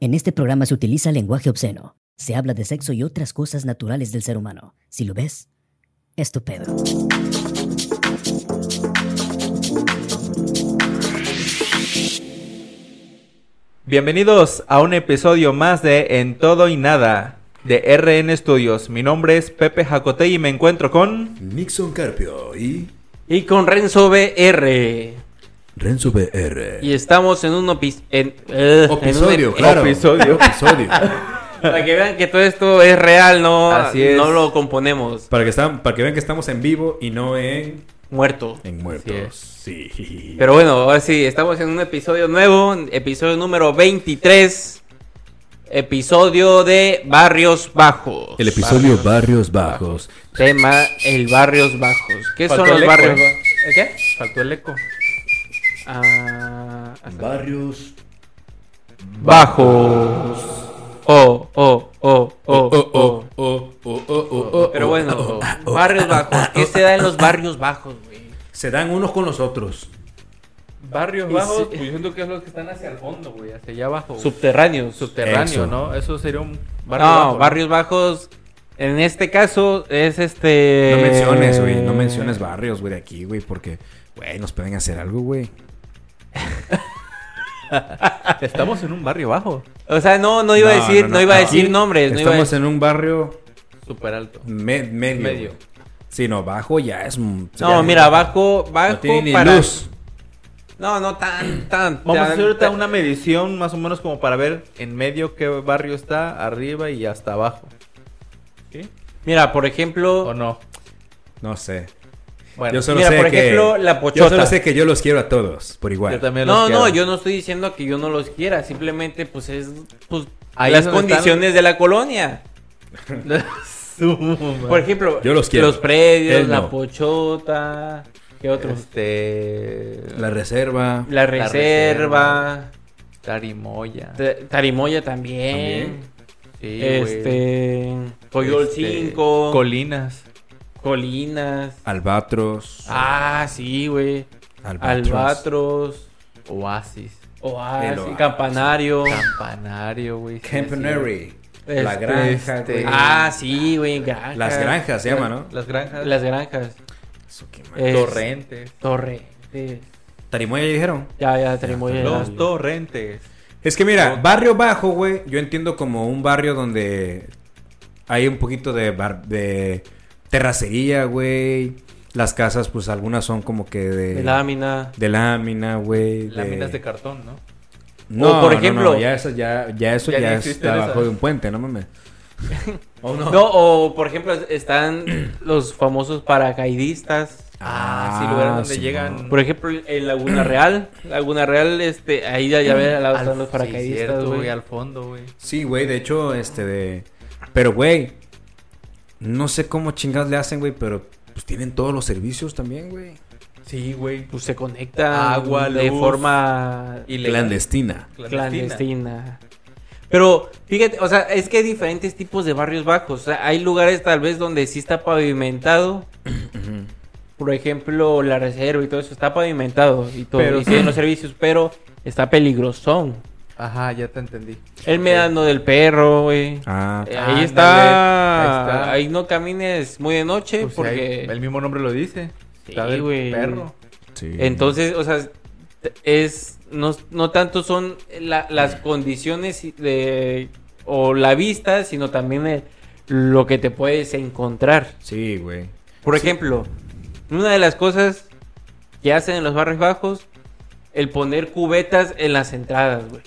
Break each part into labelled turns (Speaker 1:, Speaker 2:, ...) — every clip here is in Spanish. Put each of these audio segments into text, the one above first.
Speaker 1: En este programa se utiliza lenguaje obsceno. Se habla de sexo y otras cosas naturales del ser humano. Si lo ves, estupendo.
Speaker 2: Bienvenidos a un episodio más de En Todo y Nada de RN Studios. Mi nombre es Pepe Jacote y me encuentro con
Speaker 3: Nixon Carpio y
Speaker 4: Y con Renzo BR.
Speaker 3: Renzo BR.
Speaker 4: Y estamos en un opis- en, eh, en un
Speaker 3: Episodio,
Speaker 4: ep-
Speaker 3: claro.
Speaker 2: episodio.
Speaker 3: Episodio.
Speaker 4: Para que vean que todo esto es real, no,
Speaker 2: Así es.
Speaker 4: no lo componemos.
Speaker 5: Para que, están, para que vean que estamos en vivo y no en,
Speaker 4: Muerto.
Speaker 3: en muertos. Sí.
Speaker 4: Pero bueno, ahora sí, estamos en un episodio nuevo, episodio número 23. Episodio de Barrios Bajos.
Speaker 3: El episodio Barrios Bajos.
Speaker 4: Tema el Barrios Bajos. ¿Qué
Speaker 2: Faltó
Speaker 4: son los
Speaker 2: el eco,
Speaker 4: barrios
Speaker 2: eh.
Speaker 4: bajos? ¿Qué?
Speaker 2: Faltó el eco.
Speaker 4: Ah, hasta-
Speaker 3: Barrios.
Speaker 4: bajos. Oh, oh, oh, oh, oh, oh.
Speaker 3: oh, oh, oh, oh, oh.
Speaker 4: Pero bueno, barrios bajos. ¿Qué se da en los barrios bajos, güey?
Speaker 5: se dan unos con los otros.
Speaker 2: Barrios
Speaker 4: Y
Speaker 2: bajos,
Speaker 4: sí.
Speaker 2: pues yo siento que es los que están hacia el fondo, güey, hacia allá abajo. güey.
Speaker 4: Subterráneos.
Speaker 2: Subterráneo,
Speaker 3: Eso.
Speaker 2: ¿no? Eso sería un barrio
Speaker 4: no,
Speaker 2: bajo, ¿no?
Speaker 4: barrios bajos. En este caso es este.
Speaker 5: No menciones, güey. No menciones barrios, güey, de aquí, güey, porque, güey, nos pueden hacer algo, güey.
Speaker 2: Estamos en un barrio bajo.
Speaker 4: O sea, no, no iba a decir, no, iba a decir
Speaker 5: Aquí
Speaker 4: nombres. No iba a
Speaker 5: Estamos
Speaker 4: decir-
Speaker 5: en un barrio
Speaker 2: Súper alto.
Speaker 5: me- medio.
Speaker 2: Medio.
Speaker 5: güey. Sí, no, bajo ya es. No,
Speaker 4: No, mira, bajo, bajo
Speaker 5: No tiene ni
Speaker 4: para.
Speaker 5: luz.
Speaker 4: No, no tan, tan.
Speaker 2: Vamos a
Speaker 4: tan-
Speaker 2: hacer ahorita
Speaker 4: tan-
Speaker 2: una medición más o menos como para ver en medio qué barrio está, arriba y hasta abajo. ¿Sí?
Speaker 4: Mira, por ejemplo.
Speaker 2: ¿O no?
Speaker 5: No sé.
Speaker 2: Bueno,
Speaker 5: yo solo
Speaker 4: mira,
Speaker 5: sé
Speaker 4: por
Speaker 5: que-
Speaker 4: ejemplo, la
Speaker 5: Yo
Speaker 4: pochota.
Speaker 5: solo sé que yo los quiero a todos, por igual.
Speaker 2: yo también los
Speaker 4: No, no,
Speaker 2: quiero.
Speaker 4: yo no estoy diciendo que yo no los quiera, simplemente pues es pues,
Speaker 2: Ahí
Speaker 4: las
Speaker 2: es donde
Speaker 4: condiciones de la colonia.
Speaker 2: Su madre.
Speaker 4: Por ejemplo,
Speaker 5: Yo los quiero.
Speaker 4: predios,
Speaker 5: Él
Speaker 4: la
Speaker 5: no.
Speaker 4: pochota, ¿qué otros?
Speaker 2: Este.
Speaker 5: La reserva.
Speaker 4: La
Speaker 2: reserva.
Speaker 4: reserva,
Speaker 2: Tarimoya.
Speaker 4: Ta- Tarimoya también.
Speaker 2: Sí, güey.
Speaker 4: este, Coyol
Speaker 2: Este,
Speaker 4: 5,
Speaker 2: Colinas.
Speaker 4: Colinas.
Speaker 5: Albatros.
Speaker 4: Ah, sí, güey. Albatros,
Speaker 2: Oasis.
Speaker 4: Oasis,
Speaker 5: El Oasis.
Speaker 4: Campanario.
Speaker 2: Campanario, güey.
Speaker 5: Campanary.
Speaker 4: Este,
Speaker 5: la granja,
Speaker 2: este,
Speaker 5: güey.
Speaker 4: Ah, sí, güey, granjas.
Speaker 5: Las granjas se llama, ¿no?
Speaker 2: Las granjas. Este,
Speaker 4: Las granjas.
Speaker 5: Eso, qué mal.
Speaker 4: Eh,
Speaker 2: Torrentes.
Speaker 4: Torre. sí.
Speaker 5: Tarimoya ya dijeron.
Speaker 4: Ya, ya, Tarimoya.
Speaker 2: Los
Speaker 4: ya.
Speaker 2: torrentes.
Speaker 5: Es que mira, barrio bajo, güey, yo entiendo como un barrio donde hay un poquito de, bar- de terracería, güey. Las casas, pues algunas son como que de,
Speaker 4: de lámina.
Speaker 5: de lámina, güey.
Speaker 2: Láminas de cartón, ¿no?
Speaker 5: No,
Speaker 4: O, por
Speaker 5: no, no,
Speaker 4: ejemplo-
Speaker 5: ya eso ya, ya, eso
Speaker 2: Ya
Speaker 5: ya,
Speaker 2: ni existen
Speaker 5: está abajo
Speaker 2: esas.
Speaker 5: de un puente, no mames. ¿O
Speaker 4: No. o por ejemplo, están los famosos paracaidistas.
Speaker 2: Ah, sí, lugar donde
Speaker 5: sí,
Speaker 2: llegan.
Speaker 4: Por ejemplo, en Laguna Real. Laguna Real, este, ahí ya, ya ves, al lado
Speaker 2: Al-
Speaker 4: están los
Speaker 2: sí,
Speaker 4: paracaidistas,
Speaker 2: cierto,
Speaker 4: güey.
Speaker 2: Al fondo, güey.
Speaker 5: Sí, güey, de hecho, este de... Pero, güey, no sé cómo chingados le hacen, güey, pero pues tienen todos los servicios también, güey.
Speaker 2: Sí, güey.
Speaker 4: Pues se conecta
Speaker 2: Agua,
Speaker 4: de
Speaker 2: luz.
Speaker 4: forma
Speaker 2: Y
Speaker 5: Clandestina.
Speaker 4: clandestina. Pero fíjate, o sea, es que hay diferentes tipos de barrios bajos. O sea, hay lugares tal vez donde sí está pavimentado. Por ejemplo, la reserva y todo eso está pavimentado y todo.
Speaker 2: Pero-
Speaker 4: y tienen los servicios, pero está peligrosón.
Speaker 2: Ajá, ya te entendí. Pues,
Speaker 4: El medano del perro, güey.
Speaker 5: Ah,
Speaker 4: Eh,
Speaker 2: Ándale,
Speaker 4: ahí, está.
Speaker 2: ahí
Speaker 4: ahí
Speaker 2: está.
Speaker 4: no camines muy de noche
Speaker 2: Pues
Speaker 4: porque...
Speaker 2: ahí el mismo nombre lo dice.
Speaker 4: Sí,
Speaker 2: Está del
Speaker 4: güey.
Speaker 2: Perro.
Speaker 5: sí.
Speaker 4: Entonces, o sea, t- es... No, no tanto son la- las condiciones de, o la vista, sino también el- lo que te puedes encontrar.
Speaker 5: Sí, güey.
Speaker 4: Por ejemplo, una de las cosas que hacen en los barrios bajos, el poner cubetas en las entradas, güey.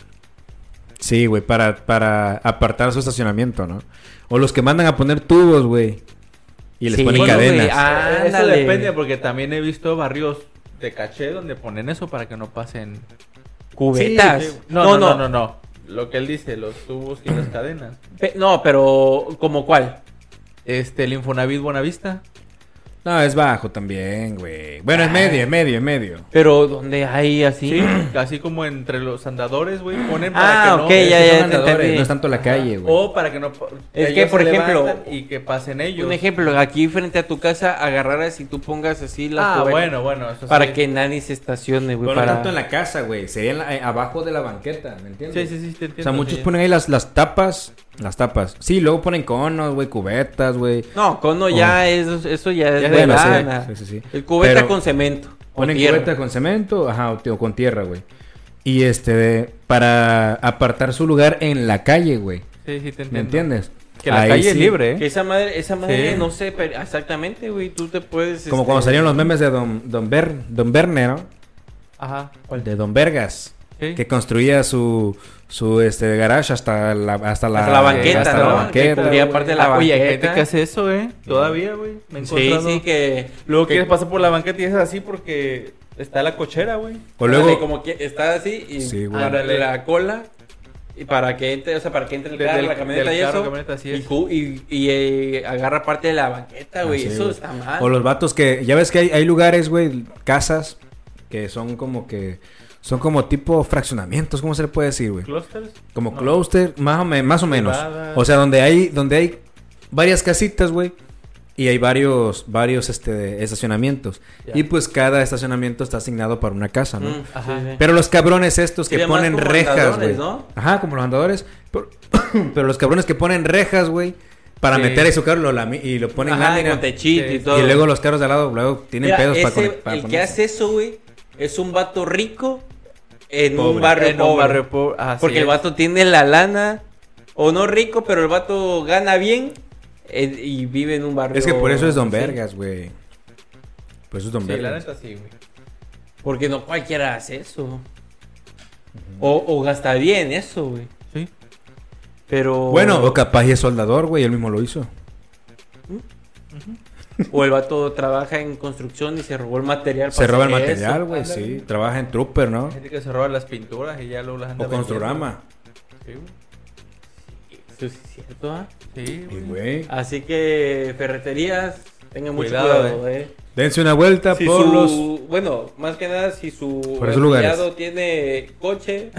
Speaker 5: Sí, güey, para, para apartar su estacionamiento, ¿no? O los que mandan a poner tubos, güey. Y les
Speaker 4: Sí,
Speaker 5: ponen
Speaker 4: bueno, güey,
Speaker 5: cadenas.
Speaker 4: ah,
Speaker 2: Eh, Eso
Speaker 4: Ándale.
Speaker 2: depende porque también he visto barrios de caché donde ponen eso para que no pasen.
Speaker 4: Cubetas.
Speaker 2: No, no, no, no, no. Lo que él dice, los tubos y las cadenas.
Speaker 4: Pe- no, pero ¿como cuál?
Speaker 2: Este, el Infonavit Buenavista.
Speaker 5: No, es bajo también, güey. Bueno, es medio, es medio, es medio.
Speaker 4: Pero donde hay así.
Speaker 2: Sí, así como entre los andadores, güey, ponen
Speaker 4: Ah,
Speaker 2: para que no...
Speaker 4: ok, ya,
Speaker 5: Son
Speaker 4: ya te
Speaker 5: andadores,
Speaker 4: entendí.
Speaker 5: No es tanto la calle, güey.
Speaker 2: O para que no...
Speaker 4: Es
Speaker 2: ellos
Speaker 4: que, por
Speaker 2: se
Speaker 4: ejemplo,
Speaker 2: levantan Y que pasen ellos.
Speaker 4: Un ejemplo, aquí frente a tu casa agarraras y tú pongas así la
Speaker 2: Ah,
Speaker 4: cubeta
Speaker 2: bueno, bueno. eso
Speaker 4: Para
Speaker 5: eh,
Speaker 2: sí.
Speaker 4: que nadie se estacione, güey.
Speaker 5: Bueno, no
Speaker 4: para...
Speaker 5: tanto en la casa, güey. Sería en la- eh, abajo de la banqueta, ¿me entiendes?
Speaker 2: Sí, sí, sí, te
Speaker 5: O
Speaker 2: entiendo.
Speaker 5: sea, muchos
Speaker 2: sí.
Speaker 5: ponen ahí las, las tapas. Las tapas. Sí, luego ponen conos, güey, cubetas, güey.
Speaker 4: No, cono ya es, eso ya es
Speaker 5: Oh. Ya
Speaker 4: de
Speaker 5: bueno, sí,
Speaker 4: lana.
Speaker 5: sí, sí, sí.
Speaker 4: El cubeta
Speaker 5: Pero
Speaker 4: con cemento. o
Speaker 5: Ponen
Speaker 4: tierra.
Speaker 5: cubeta con cemento, ajá, o, o con tierra, güey. Y este, para apartar su lugar en la calle, güey.
Speaker 2: Sí, sí, te entiendo.
Speaker 5: ¿Me entiendes?
Speaker 2: Que la
Speaker 5: Ahí
Speaker 2: calle es
Speaker 5: sí.
Speaker 2: libre,
Speaker 4: Que
Speaker 2: ¿eh?
Speaker 4: esa madre, esa madre,
Speaker 2: Sí.
Speaker 4: no sé, pero exactamente, güey. Tú te puedes.
Speaker 5: Como
Speaker 4: este,
Speaker 5: cuando salieron los memes de Don, don, Ber- don Verne, ¿no?
Speaker 2: Ajá.
Speaker 5: De Don Vergas.
Speaker 2: Sí.
Speaker 5: Que construía su, su este, garage hasta la, hasta la,
Speaker 4: Hasta la banqueta,
Speaker 5: hasta
Speaker 4: ¿no?
Speaker 5: la
Speaker 4: Que
Speaker 5: banqueta,
Speaker 4: cubría
Speaker 5: güey.
Speaker 4: parte de la
Speaker 2: Ah, Oye, hay gente
Speaker 4: banqueta.
Speaker 2: que hace eso, ¿eh? Todavía, güey. Me he
Speaker 4: Sí,
Speaker 2: encontrado.
Speaker 4: sí, que.
Speaker 2: Luego quieres pasar por la banqueta y es así porque está la cochera, güey.
Speaker 5: O luego,
Speaker 4: Ándale, como que está así y
Speaker 5: Sí, güey.
Speaker 4: para la cola y para que entre, o sea, para que entre el
Speaker 2: Desde
Speaker 4: carro,
Speaker 2: el-
Speaker 4: la camioneta
Speaker 2: del
Speaker 4: y
Speaker 2: carro,
Speaker 4: eso.
Speaker 2: camioneta, así
Speaker 4: y
Speaker 2: es.
Speaker 4: ju- y, y, eh, agarra parte de la banqueta, güey.
Speaker 5: Ah, sí,
Speaker 4: eso
Speaker 5: güey.
Speaker 4: está mal.
Speaker 5: O los vatos que, ya ves que hay, hay lugares, güey, casas que son como que, son como tipo fraccionamientos, ¿cómo se le puede decir, güey?
Speaker 2: ¿Clusters?
Speaker 5: Como
Speaker 2: No.
Speaker 5: cluster, más o, me- más o menos.
Speaker 2: Privadas.
Speaker 5: O sea, donde hay, donde hay varias casitas, güey. Y hay varios, varios este, estacionamientos.
Speaker 2: Ya.
Speaker 5: Y pues cada estacionamiento está asignado para una casa, ¿no?
Speaker 4: Mm,
Speaker 2: Ajá.
Speaker 4: sí, sí.
Speaker 5: Pero los cabrones estos que
Speaker 4: Sería más
Speaker 5: ponen
Speaker 4: como
Speaker 5: rejas, güey.
Speaker 4: andadores, ¿no?
Speaker 5: Ajá, como los andadores. Pero, pero los cabrones que ponen rejas, güey. Para
Speaker 2: Sí.
Speaker 5: meter ahí su carro lo lami- y lo ponen
Speaker 4: Ajá,
Speaker 5: lámina.
Speaker 4: con techito
Speaker 2: Sí.
Speaker 4: y todo.
Speaker 5: Y luego los carros de al lado luego tienen
Speaker 4: Mira,
Speaker 5: pedos para,
Speaker 4: ese-
Speaker 5: conect- para
Speaker 4: El que
Speaker 5: ponerse.
Speaker 4: hace eso, güey, es un vato rico en un
Speaker 5: Pobre.
Speaker 4: barrio
Speaker 2: En un
Speaker 4: pobre. Ah,
Speaker 2: barrio pobre. Así
Speaker 4: Porque el
Speaker 2: es.
Speaker 4: vato tiene la lana, o no rico, pero el vato gana bien eh, y vive en un barrio.
Speaker 5: Es que por eso es Don
Speaker 4: sí.
Speaker 5: Vergas, güey. Por eso es Don
Speaker 2: Sí, la
Speaker 5: Vergas.
Speaker 2: neta sí, güey.
Speaker 4: Porque no cualquiera hace eso. o, o gasta bien eso, güey.
Speaker 2: Sí.
Speaker 4: Pero.
Speaker 5: Bueno, o capaz y es soldador, güey, él mismo lo hizo.
Speaker 4: O el vato trabaja en construcción y se robó el material.
Speaker 5: Se
Speaker 4: para
Speaker 5: roba el
Speaker 4: hacer
Speaker 5: material,
Speaker 4: eso.
Speaker 5: güey,
Speaker 2: ándale.
Speaker 5: sí. Trabaja en Trooper, ¿no?
Speaker 2: Hay gente que se roba las pinturas y ya luego las anda
Speaker 5: O Construrama.
Speaker 2: vendiendo.
Speaker 4: Eso sí es cierto, ¿ah?
Speaker 2: Sí,
Speaker 5: Y,
Speaker 2: güey. Sí, güey.
Speaker 5: güey.
Speaker 4: Así que, ferreterías, tengan mucho
Speaker 2: Cuidado,
Speaker 4: cuidado, eh.
Speaker 5: Dense una vuelta
Speaker 4: Si
Speaker 5: por
Speaker 4: su-
Speaker 5: los.
Speaker 4: Bueno, más que nada, si su
Speaker 5: Por esos lugares.
Speaker 4: tiene coche.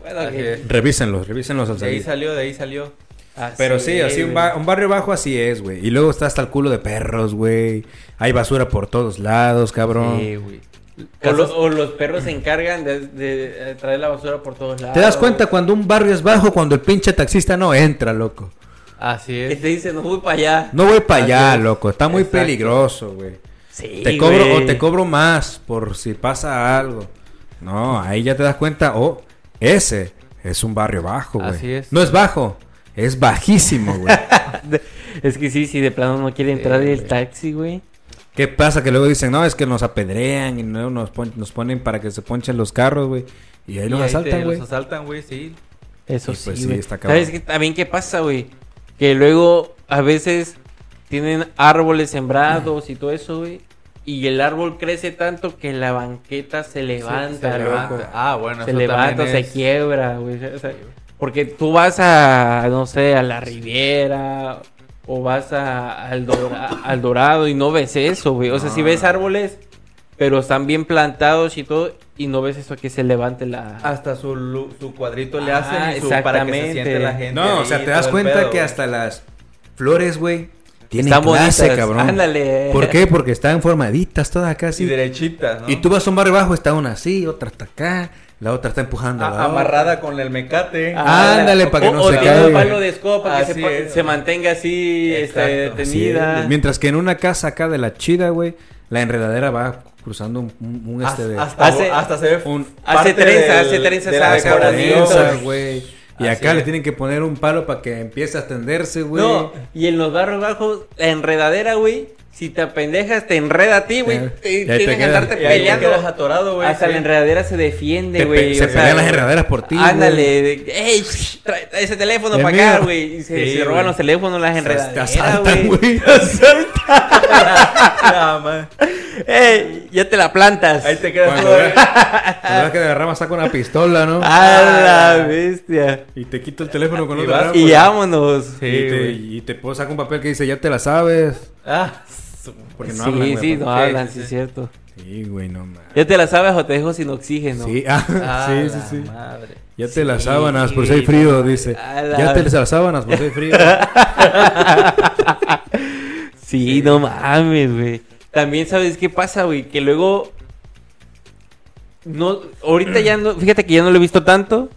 Speaker 4: bueno,
Speaker 2: Así
Speaker 4: que-
Speaker 2: es.
Speaker 5: Revísenlos, revísenlos al
Speaker 2: De ahí
Speaker 5: salir.
Speaker 2: salió, de ahí salió.
Speaker 4: así
Speaker 5: Pero sí,
Speaker 4: es,
Speaker 5: así un,
Speaker 4: güey.
Speaker 5: ba- un barrio bajo así es, güey. Y luego está hasta el culo de perros, güey. Hay basura por todos lados, cabrón.
Speaker 2: güey.
Speaker 4: O, los,
Speaker 2: Casas-
Speaker 4: o los perros se encargan de, de, eh, traer la basura por todos lados.
Speaker 5: ¿Te das cuenta cuando un barrio es bajo cuando el pinche taxista no entra, loco?
Speaker 2: Así
Speaker 4: Que
Speaker 2: es.
Speaker 4: te dicen, no voy para allá.
Speaker 5: No voy para allá,
Speaker 2: Así es.
Speaker 5: loco. Está muy
Speaker 2: Exacto.
Speaker 5: peligroso, güey.
Speaker 4: Sí,
Speaker 5: Te cobro
Speaker 4: güey.
Speaker 5: o te cobro más por si pasa algo. No, ahí ya te das cuenta, oh, ese es un barrio bajo, güey.
Speaker 2: Así es.
Speaker 5: No es bajo, es bajísimo, güey.
Speaker 4: Es que sí, si de plano no quiere entrar el taxi, güey.
Speaker 5: ¿Qué pasa? Que luego dicen, no, es que nos apedrean y no nos, pon- nos ponen para que se ponchen los carros, güey. Y ahí los
Speaker 2: Y ahí te-
Speaker 5: asaltan, güey.
Speaker 2: Los asaltan, güey, sí.
Speaker 4: Eso
Speaker 5: Y
Speaker 4: sí,
Speaker 5: pues sí,
Speaker 4: güey.
Speaker 5: está cabrón.
Speaker 4: ¿Sabes qué? también qué pasa, güey? Que luego a veces tienen árboles sembrados y todo eso, güey. Y el árbol crece tanto que la banqueta se levanta,
Speaker 2: Se
Speaker 4: loco.
Speaker 2: levanta. Ah, bueno,
Speaker 4: se
Speaker 2: eso
Speaker 4: levanta,
Speaker 2: también
Speaker 4: se
Speaker 2: es-
Speaker 4: quiebra, güey. O sea, porque tú vas a, no sé, a la Riviera o vas a, al, Dora- al Dorado y no ves eso, güey. O sea, si ves árboles, pero están bien plantados y todo, y no ves eso que se levante la...
Speaker 2: Hasta su, lu- su cuadrito le
Speaker 4: Ah,
Speaker 2: hacen y su, para que se
Speaker 4: exactamente.
Speaker 2: siente la gente.
Speaker 5: No, o
Speaker 2: ahí,
Speaker 5: sea, te
Speaker 2: todo
Speaker 5: das
Speaker 2: el
Speaker 5: cuenta
Speaker 2: pedo,
Speaker 5: que
Speaker 2: güey.
Speaker 5: hasta las flores, güey, tienen
Speaker 4: Están
Speaker 5: clase,
Speaker 4: bonitas.
Speaker 5: cabrón.
Speaker 4: Ándale.
Speaker 5: ¿Por qué? Porque están formaditas todas acá
Speaker 2: Y
Speaker 5: así.
Speaker 2: derechitas, ¿no?
Speaker 5: Y tú vas a un barrio bajo, está una así, otra está acá, la otra está empujando a la
Speaker 2: A-
Speaker 5: otra.
Speaker 2: amarrada con el mecate.
Speaker 5: Ah, ándale, para que
Speaker 4: o-
Speaker 5: no
Speaker 4: o
Speaker 5: se
Speaker 4: tiene
Speaker 5: caiga.
Speaker 4: un palo de escoba para que
Speaker 2: Así
Speaker 4: se, pa-
Speaker 2: es.
Speaker 4: se mantenga así este,
Speaker 2: Exacto.
Speaker 5: Así es,
Speaker 4: detenida.
Speaker 5: güey. Mientras que en una casa acá de la chida, güey, la enredadera va cruzando un, un- un este de...
Speaker 2: hasta, hasta,
Speaker 4: Hace-
Speaker 2: hasta se ve
Speaker 5: un-
Speaker 2: parte
Speaker 4: hace trenza,
Speaker 2: del-
Speaker 4: hace trenza
Speaker 2: de
Speaker 4: esa
Speaker 2: la
Speaker 4: de cabra,
Speaker 2: decoración.
Speaker 5: cabronesa,
Speaker 4: ¿no?
Speaker 5: güey. Y
Speaker 2: Así
Speaker 5: acá le
Speaker 2: es.
Speaker 5: tienen que poner un palo para que empiece a extenderse, güey.
Speaker 4: No, y en los barros bajos, la enredadera, güey. Si te apendejas, te enreda a ti, güey.
Speaker 5: Ya.
Speaker 4: Te-
Speaker 5: Y ahí te
Speaker 4: Tienes que
Speaker 5: quedas.
Speaker 4: andarte
Speaker 2: Y ahí te quedas
Speaker 4: peleando.
Speaker 2: atorado, güey.
Speaker 4: Hasta
Speaker 2: sí.
Speaker 4: la enredadera se defiende,
Speaker 5: Te
Speaker 4: güey.
Speaker 5: pe- se
Speaker 4: o sea,
Speaker 5: pelean las enredaderas por ti, güey.
Speaker 4: Ándale. de- Ey, shh, trae, trae ese teléfono
Speaker 5: Es
Speaker 4: para acá,
Speaker 5: mío.
Speaker 4: güey. Y se,
Speaker 2: Sí,
Speaker 4: se
Speaker 2: güey.
Speaker 4: roban los teléfonos, las
Speaker 5: Te-
Speaker 4: enredaderas.
Speaker 5: Te asaltan,
Speaker 4: güey.
Speaker 5: güey.
Speaker 2: Ah, man.
Speaker 4: Ey, ya te la plantas.
Speaker 2: Ahí te quedas
Speaker 5: Cuando
Speaker 2: todo.
Speaker 5: veas- cuando veas que de la rama saca una pistola, ¿no?
Speaker 4: A
Speaker 5: Ah.
Speaker 4: la bestia.
Speaker 5: Y te quita el teléfono con
Speaker 2: Ah. Y
Speaker 5: otra
Speaker 2: vas-
Speaker 5: rama.
Speaker 4: Y vámonos.
Speaker 5: Y te,
Speaker 2: güey.
Speaker 5: y te puedo sacar un papel que dice, ya te la sabes.
Speaker 2: Ah,
Speaker 5: Porque no
Speaker 4: sí,
Speaker 5: hablan, güey,
Speaker 4: sí,
Speaker 5: porque-
Speaker 4: no
Speaker 2: sí,
Speaker 4: hablan,
Speaker 2: sí,
Speaker 4: sí, es
Speaker 2: sí.
Speaker 4: cierto.
Speaker 5: Sí, güey, no mames.
Speaker 4: ¿Ya te la sabes o te dejo sin oxígeno?
Speaker 5: Sí, ah,
Speaker 2: Ah,
Speaker 5: sí, sí,
Speaker 2: la
Speaker 5: sí.
Speaker 2: Madre.
Speaker 5: Ya te las
Speaker 4: Sí,
Speaker 5: sábanas por si hay frío, dice.
Speaker 4: a la
Speaker 5: Ya te
Speaker 4: vez.
Speaker 5: las sábanas por si hay frío.
Speaker 4: Sí, no mames, güey. También sabes qué pasa, güey, que luego no ahorita ya no, fíjate que ya no lo he visto tanto,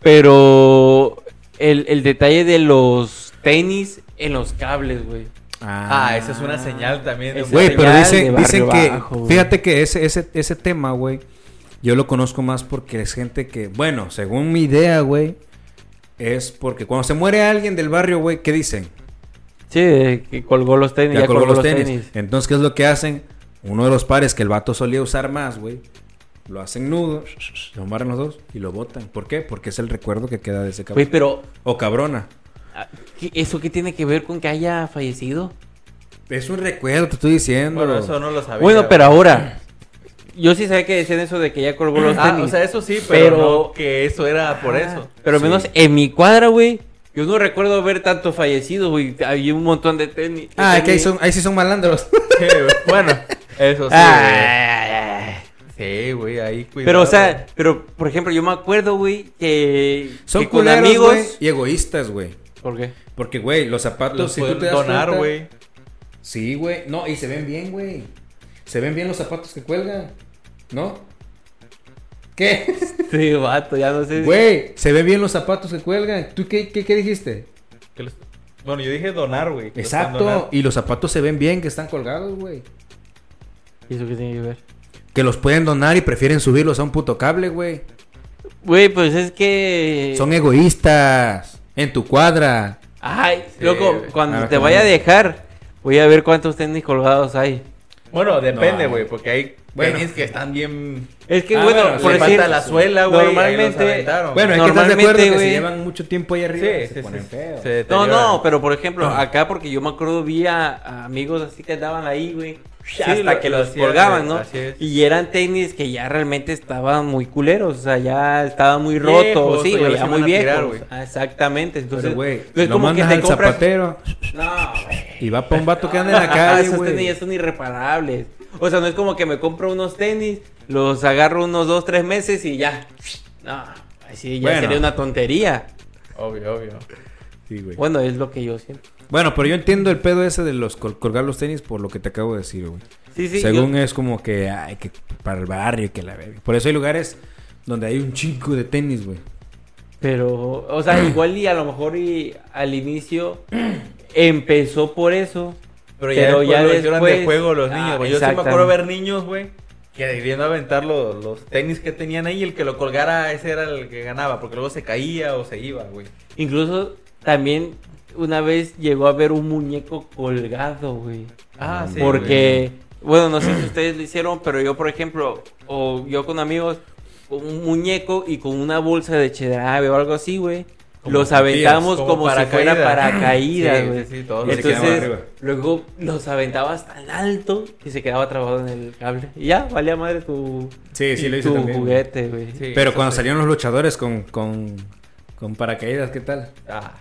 Speaker 4: pero el, el detalle de los tenis en los cables, güey.
Speaker 2: Ah, esa es una señal también. De
Speaker 4: Esa
Speaker 5: Güey, pero
Speaker 4: señal de
Speaker 5: dicen,
Speaker 4: barrio
Speaker 5: dicen que.
Speaker 4: bajo, güey.
Speaker 5: fíjate que ese, ese, ese tema, güey. Yo lo conozco más porque es gente que. Bueno, según mi idea, güey. Es porque cuando se muere alguien del barrio, güey, ¿qué dicen?
Speaker 4: Sí, de que colgó los tenis,
Speaker 5: Ya colgó los tenis. Entonces, ¿qué es lo que hacen? Uno de los pares que el vato solía usar más, güey. Lo hacen nudo, lo amarran los dos y lo botan. ¿Por qué? Porque es el recuerdo que queda de ese cabrón.
Speaker 4: Güey, pero
Speaker 5: O cabrona.
Speaker 4: ah, ¿qué- ¿eso qué tiene que ver con que haya fallecido?
Speaker 5: Es un recuerdo, te estoy diciendo.
Speaker 2: Bueno, eso no lo sabía.
Speaker 4: bueno, pero ahora yo sí sabía que decían eso de que ya colgó los
Speaker 2: Ah,
Speaker 4: tenis.
Speaker 2: o sea, eso sí, pero,
Speaker 4: Pero-
Speaker 2: no que eso era por eso.
Speaker 4: Pero al
Speaker 5: Sí.
Speaker 4: menos en mi cuadra, güey. Yo no recuerdo ver tantos fallecidos, güey. Había un montón de tenis.
Speaker 5: Ah,
Speaker 4: de
Speaker 5: que ahí,
Speaker 4: tenis.
Speaker 5: son, ahí sí son malandros.
Speaker 2: Sí, güey. bueno, eso sí.
Speaker 4: Ah,
Speaker 2: güey. Sí, güey, ahí cuidado.
Speaker 4: Pero, o sea, pero, por ejemplo, yo me acuerdo, güey, que,
Speaker 5: Son
Speaker 4: que con
Speaker 5: culeros,
Speaker 4: amigos.
Speaker 5: güey, y egoístas, güey.
Speaker 4: ¿Por qué?
Speaker 5: Porque, güey, los zapatos...
Speaker 2: los
Speaker 5: si tú
Speaker 2: pueden
Speaker 5: te das
Speaker 2: donar,
Speaker 5: cuenta-
Speaker 2: güey.
Speaker 5: Sí, güey. No, y se ven bien, güey. Se ven bien los zapatos que cuelgan. ¿No? ¿Qué?
Speaker 4: Sí, vato, ya no sé.
Speaker 5: Güey, se ven bien los zapatos que cuelgan. ¿Tú qué, qué, qué dijiste?
Speaker 2: Que los- Bueno, yo dije donar, güey. que los pueden
Speaker 5: Exacto.
Speaker 2: donar.
Speaker 5: Y los zapatos se ven bien que están colgados, güey.
Speaker 4: ¿Y eso qué tiene que ver?
Speaker 5: Que los pueden donar y prefieren subirlos a un puto cable, güey.
Speaker 4: Güey, pues es que.
Speaker 5: Son egoístas. En tu cuadra.
Speaker 4: Ay,
Speaker 2: Sí,
Speaker 4: loco,
Speaker 2: güey.
Speaker 4: cuando
Speaker 5: Ah,
Speaker 4: te
Speaker 5: cómo
Speaker 4: vaya a
Speaker 5: no.
Speaker 4: dejar, voy a ver cuántos tenis colgados hay.
Speaker 2: Bueno, depende,
Speaker 5: No.
Speaker 2: güey, porque hay
Speaker 5: Bueno.
Speaker 2: tenis que están bien.
Speaker 4: Es que,
Speaker 5: Ah,
Speaker 4: bueno,
Speaker 5: bueno,
Speaker 4: por
Speaker 2: le
Speaker 4: decir.
Speaker 2: falta la suela, güey.
Speaker 4: normalmente-
Speaker 2: Bueno,
Speaker 5: Bueno, hay que estar de acuerdo
Speaker 4: Normalmente,
Speaker 5: que si
Speaker 4: güey.
Speaker 5: llevan mucho tiempo ahí arriba
Speaker 2: sí,
Speaker 5: se
Speaker 2: sí,
Speaker 5: ponen
Speaker 2: sí,
Speaker 5: feos.
Speaker 2: se Ah.
Speaker 4: No,
Speaker 2: deterioran.
Speaker 4: no, pero por ejemplo, acá porque yo me acuerdo vi a, a amigos así que andaban ahí, güey. hasta
Speaker 2: lo-
Speaker 4: que
Speaker 2: lo
Speaker 4: los
Speaker 2: hacían, eh,
Speaker 4: colgaban, ¿no?
Speaker 2: así es.
Speaker 4: Y eran tenis que ya realmente estaban muy culeros, o sea, ya estaban muy
Speaker 2: Viejos,
Speaker 4: rotos, sí,
Speaker 2: ya
Speaker 4: güey,
Speaker 2: los
Speaker 4: ya
Speaker 2: iban
Speaker 4: muy
Speaker 2: a tirar,
Speaker 4: viejos.
Speaker 2: güey.
Speaker 4: Ah, Exactamente, entonces,
Speaker 5: Pero, güey,
Speaker 4: no es
Speaker 5: lo mandas al
Speaker 4: compras-
Speaker 5: zapatero
Speaker 4: No, güey.
Speaker 5: y va para un vato que anda en la
Speaker 4: Ah,
Speaker 5: calle,
Speaker 4: esos tenis ya
Speaker 5: güey.
Speaker 4: son irreparables. O sea, no es como que me compro unos tenis, los agarro unos dos, tres meses y ya. No, así ya
Speaker 5: Bueno.
Speaker 4: sería una tontería.
Speaker 2: Obvio, obvio.
Speaker 5: Sí, güey.
Speaker 4: Bueno, es lo que yo siento.
Speaker 5: Bueno, pero yo entiendo el pedo ese de los col- colgar los tenis por lo que te acabo de decir, güey.
Speaker 4: Sí, sí,
Speaker 5: Según
Speaker 4: yo-
Speaker 5: es como que, ay, que para el barrio, que la verga. Por eso hay lugares donde hay un chingo de tenis, güey.
Speaker 4: Pero, o sea, igual y a lo mejor y al inicio empezó por eso.
Speaker 2: Pero ya,
Speaker 4: Pero
Speaker 2: después
Speaker 4: ya
Speaker 2: lo hicieron de
Speaker 4: después-
Speaker 2: juego los
Speaker 4: Ah,
Speaker 2: niños, güey. Yo sí me acuerdo
Speaker 4: exactamente.
Speaker 2: ver niños, güey, que queriendo aventar lo- los tenis que tenían ahí. El que lo colgara, ese era el que ganaba, porque luego se caía o se iba, güey.
Speaker 4: Incluso también una vez llegó a ver un muñeco colgado, güey.
Speaker 2: Ah, sí.
Speaker 4: Porque, bueno, no sé si ustedes lo hicieron, pero yo, por ejemplo, o yo con amigos, con un muñeco y con una bolsa de chedrave o algo así, güey.
Speaker 5: Como
Speaker 4: Los
Speaker 5: paracaídas,
Speaker 4: aventamos
Speaker 2: como
Speaker 4: como si fuera
Speaker 2: paracaídas.
Speaker 4: paracaídas,
Speaker 2: Sí,
Speaker 4: güey.
Speaker 2: sí, sí, todos
Speaker 5: se quedaban
Speaker 4: Entonces,
Speaker 5: arriba.
Speaker 4: luego los aventabas tan alto que se quedaba trabado en el cable. Y ya, valía madre tu,
Speaker 5: Sí, sí, lo hice
Speaker 4: tu
Speaker 5: también.
Speaker 4: juguete, güey.
Speaker 2: Sí,
Speaker 5: Pero
Speaker 2: eso
Speaker 5: cuando
Speaker 2: sí.
Speaker 5: salieron los luchadores con, con, con paracaídas, ¿qué tal?
Speaker 2: Ah.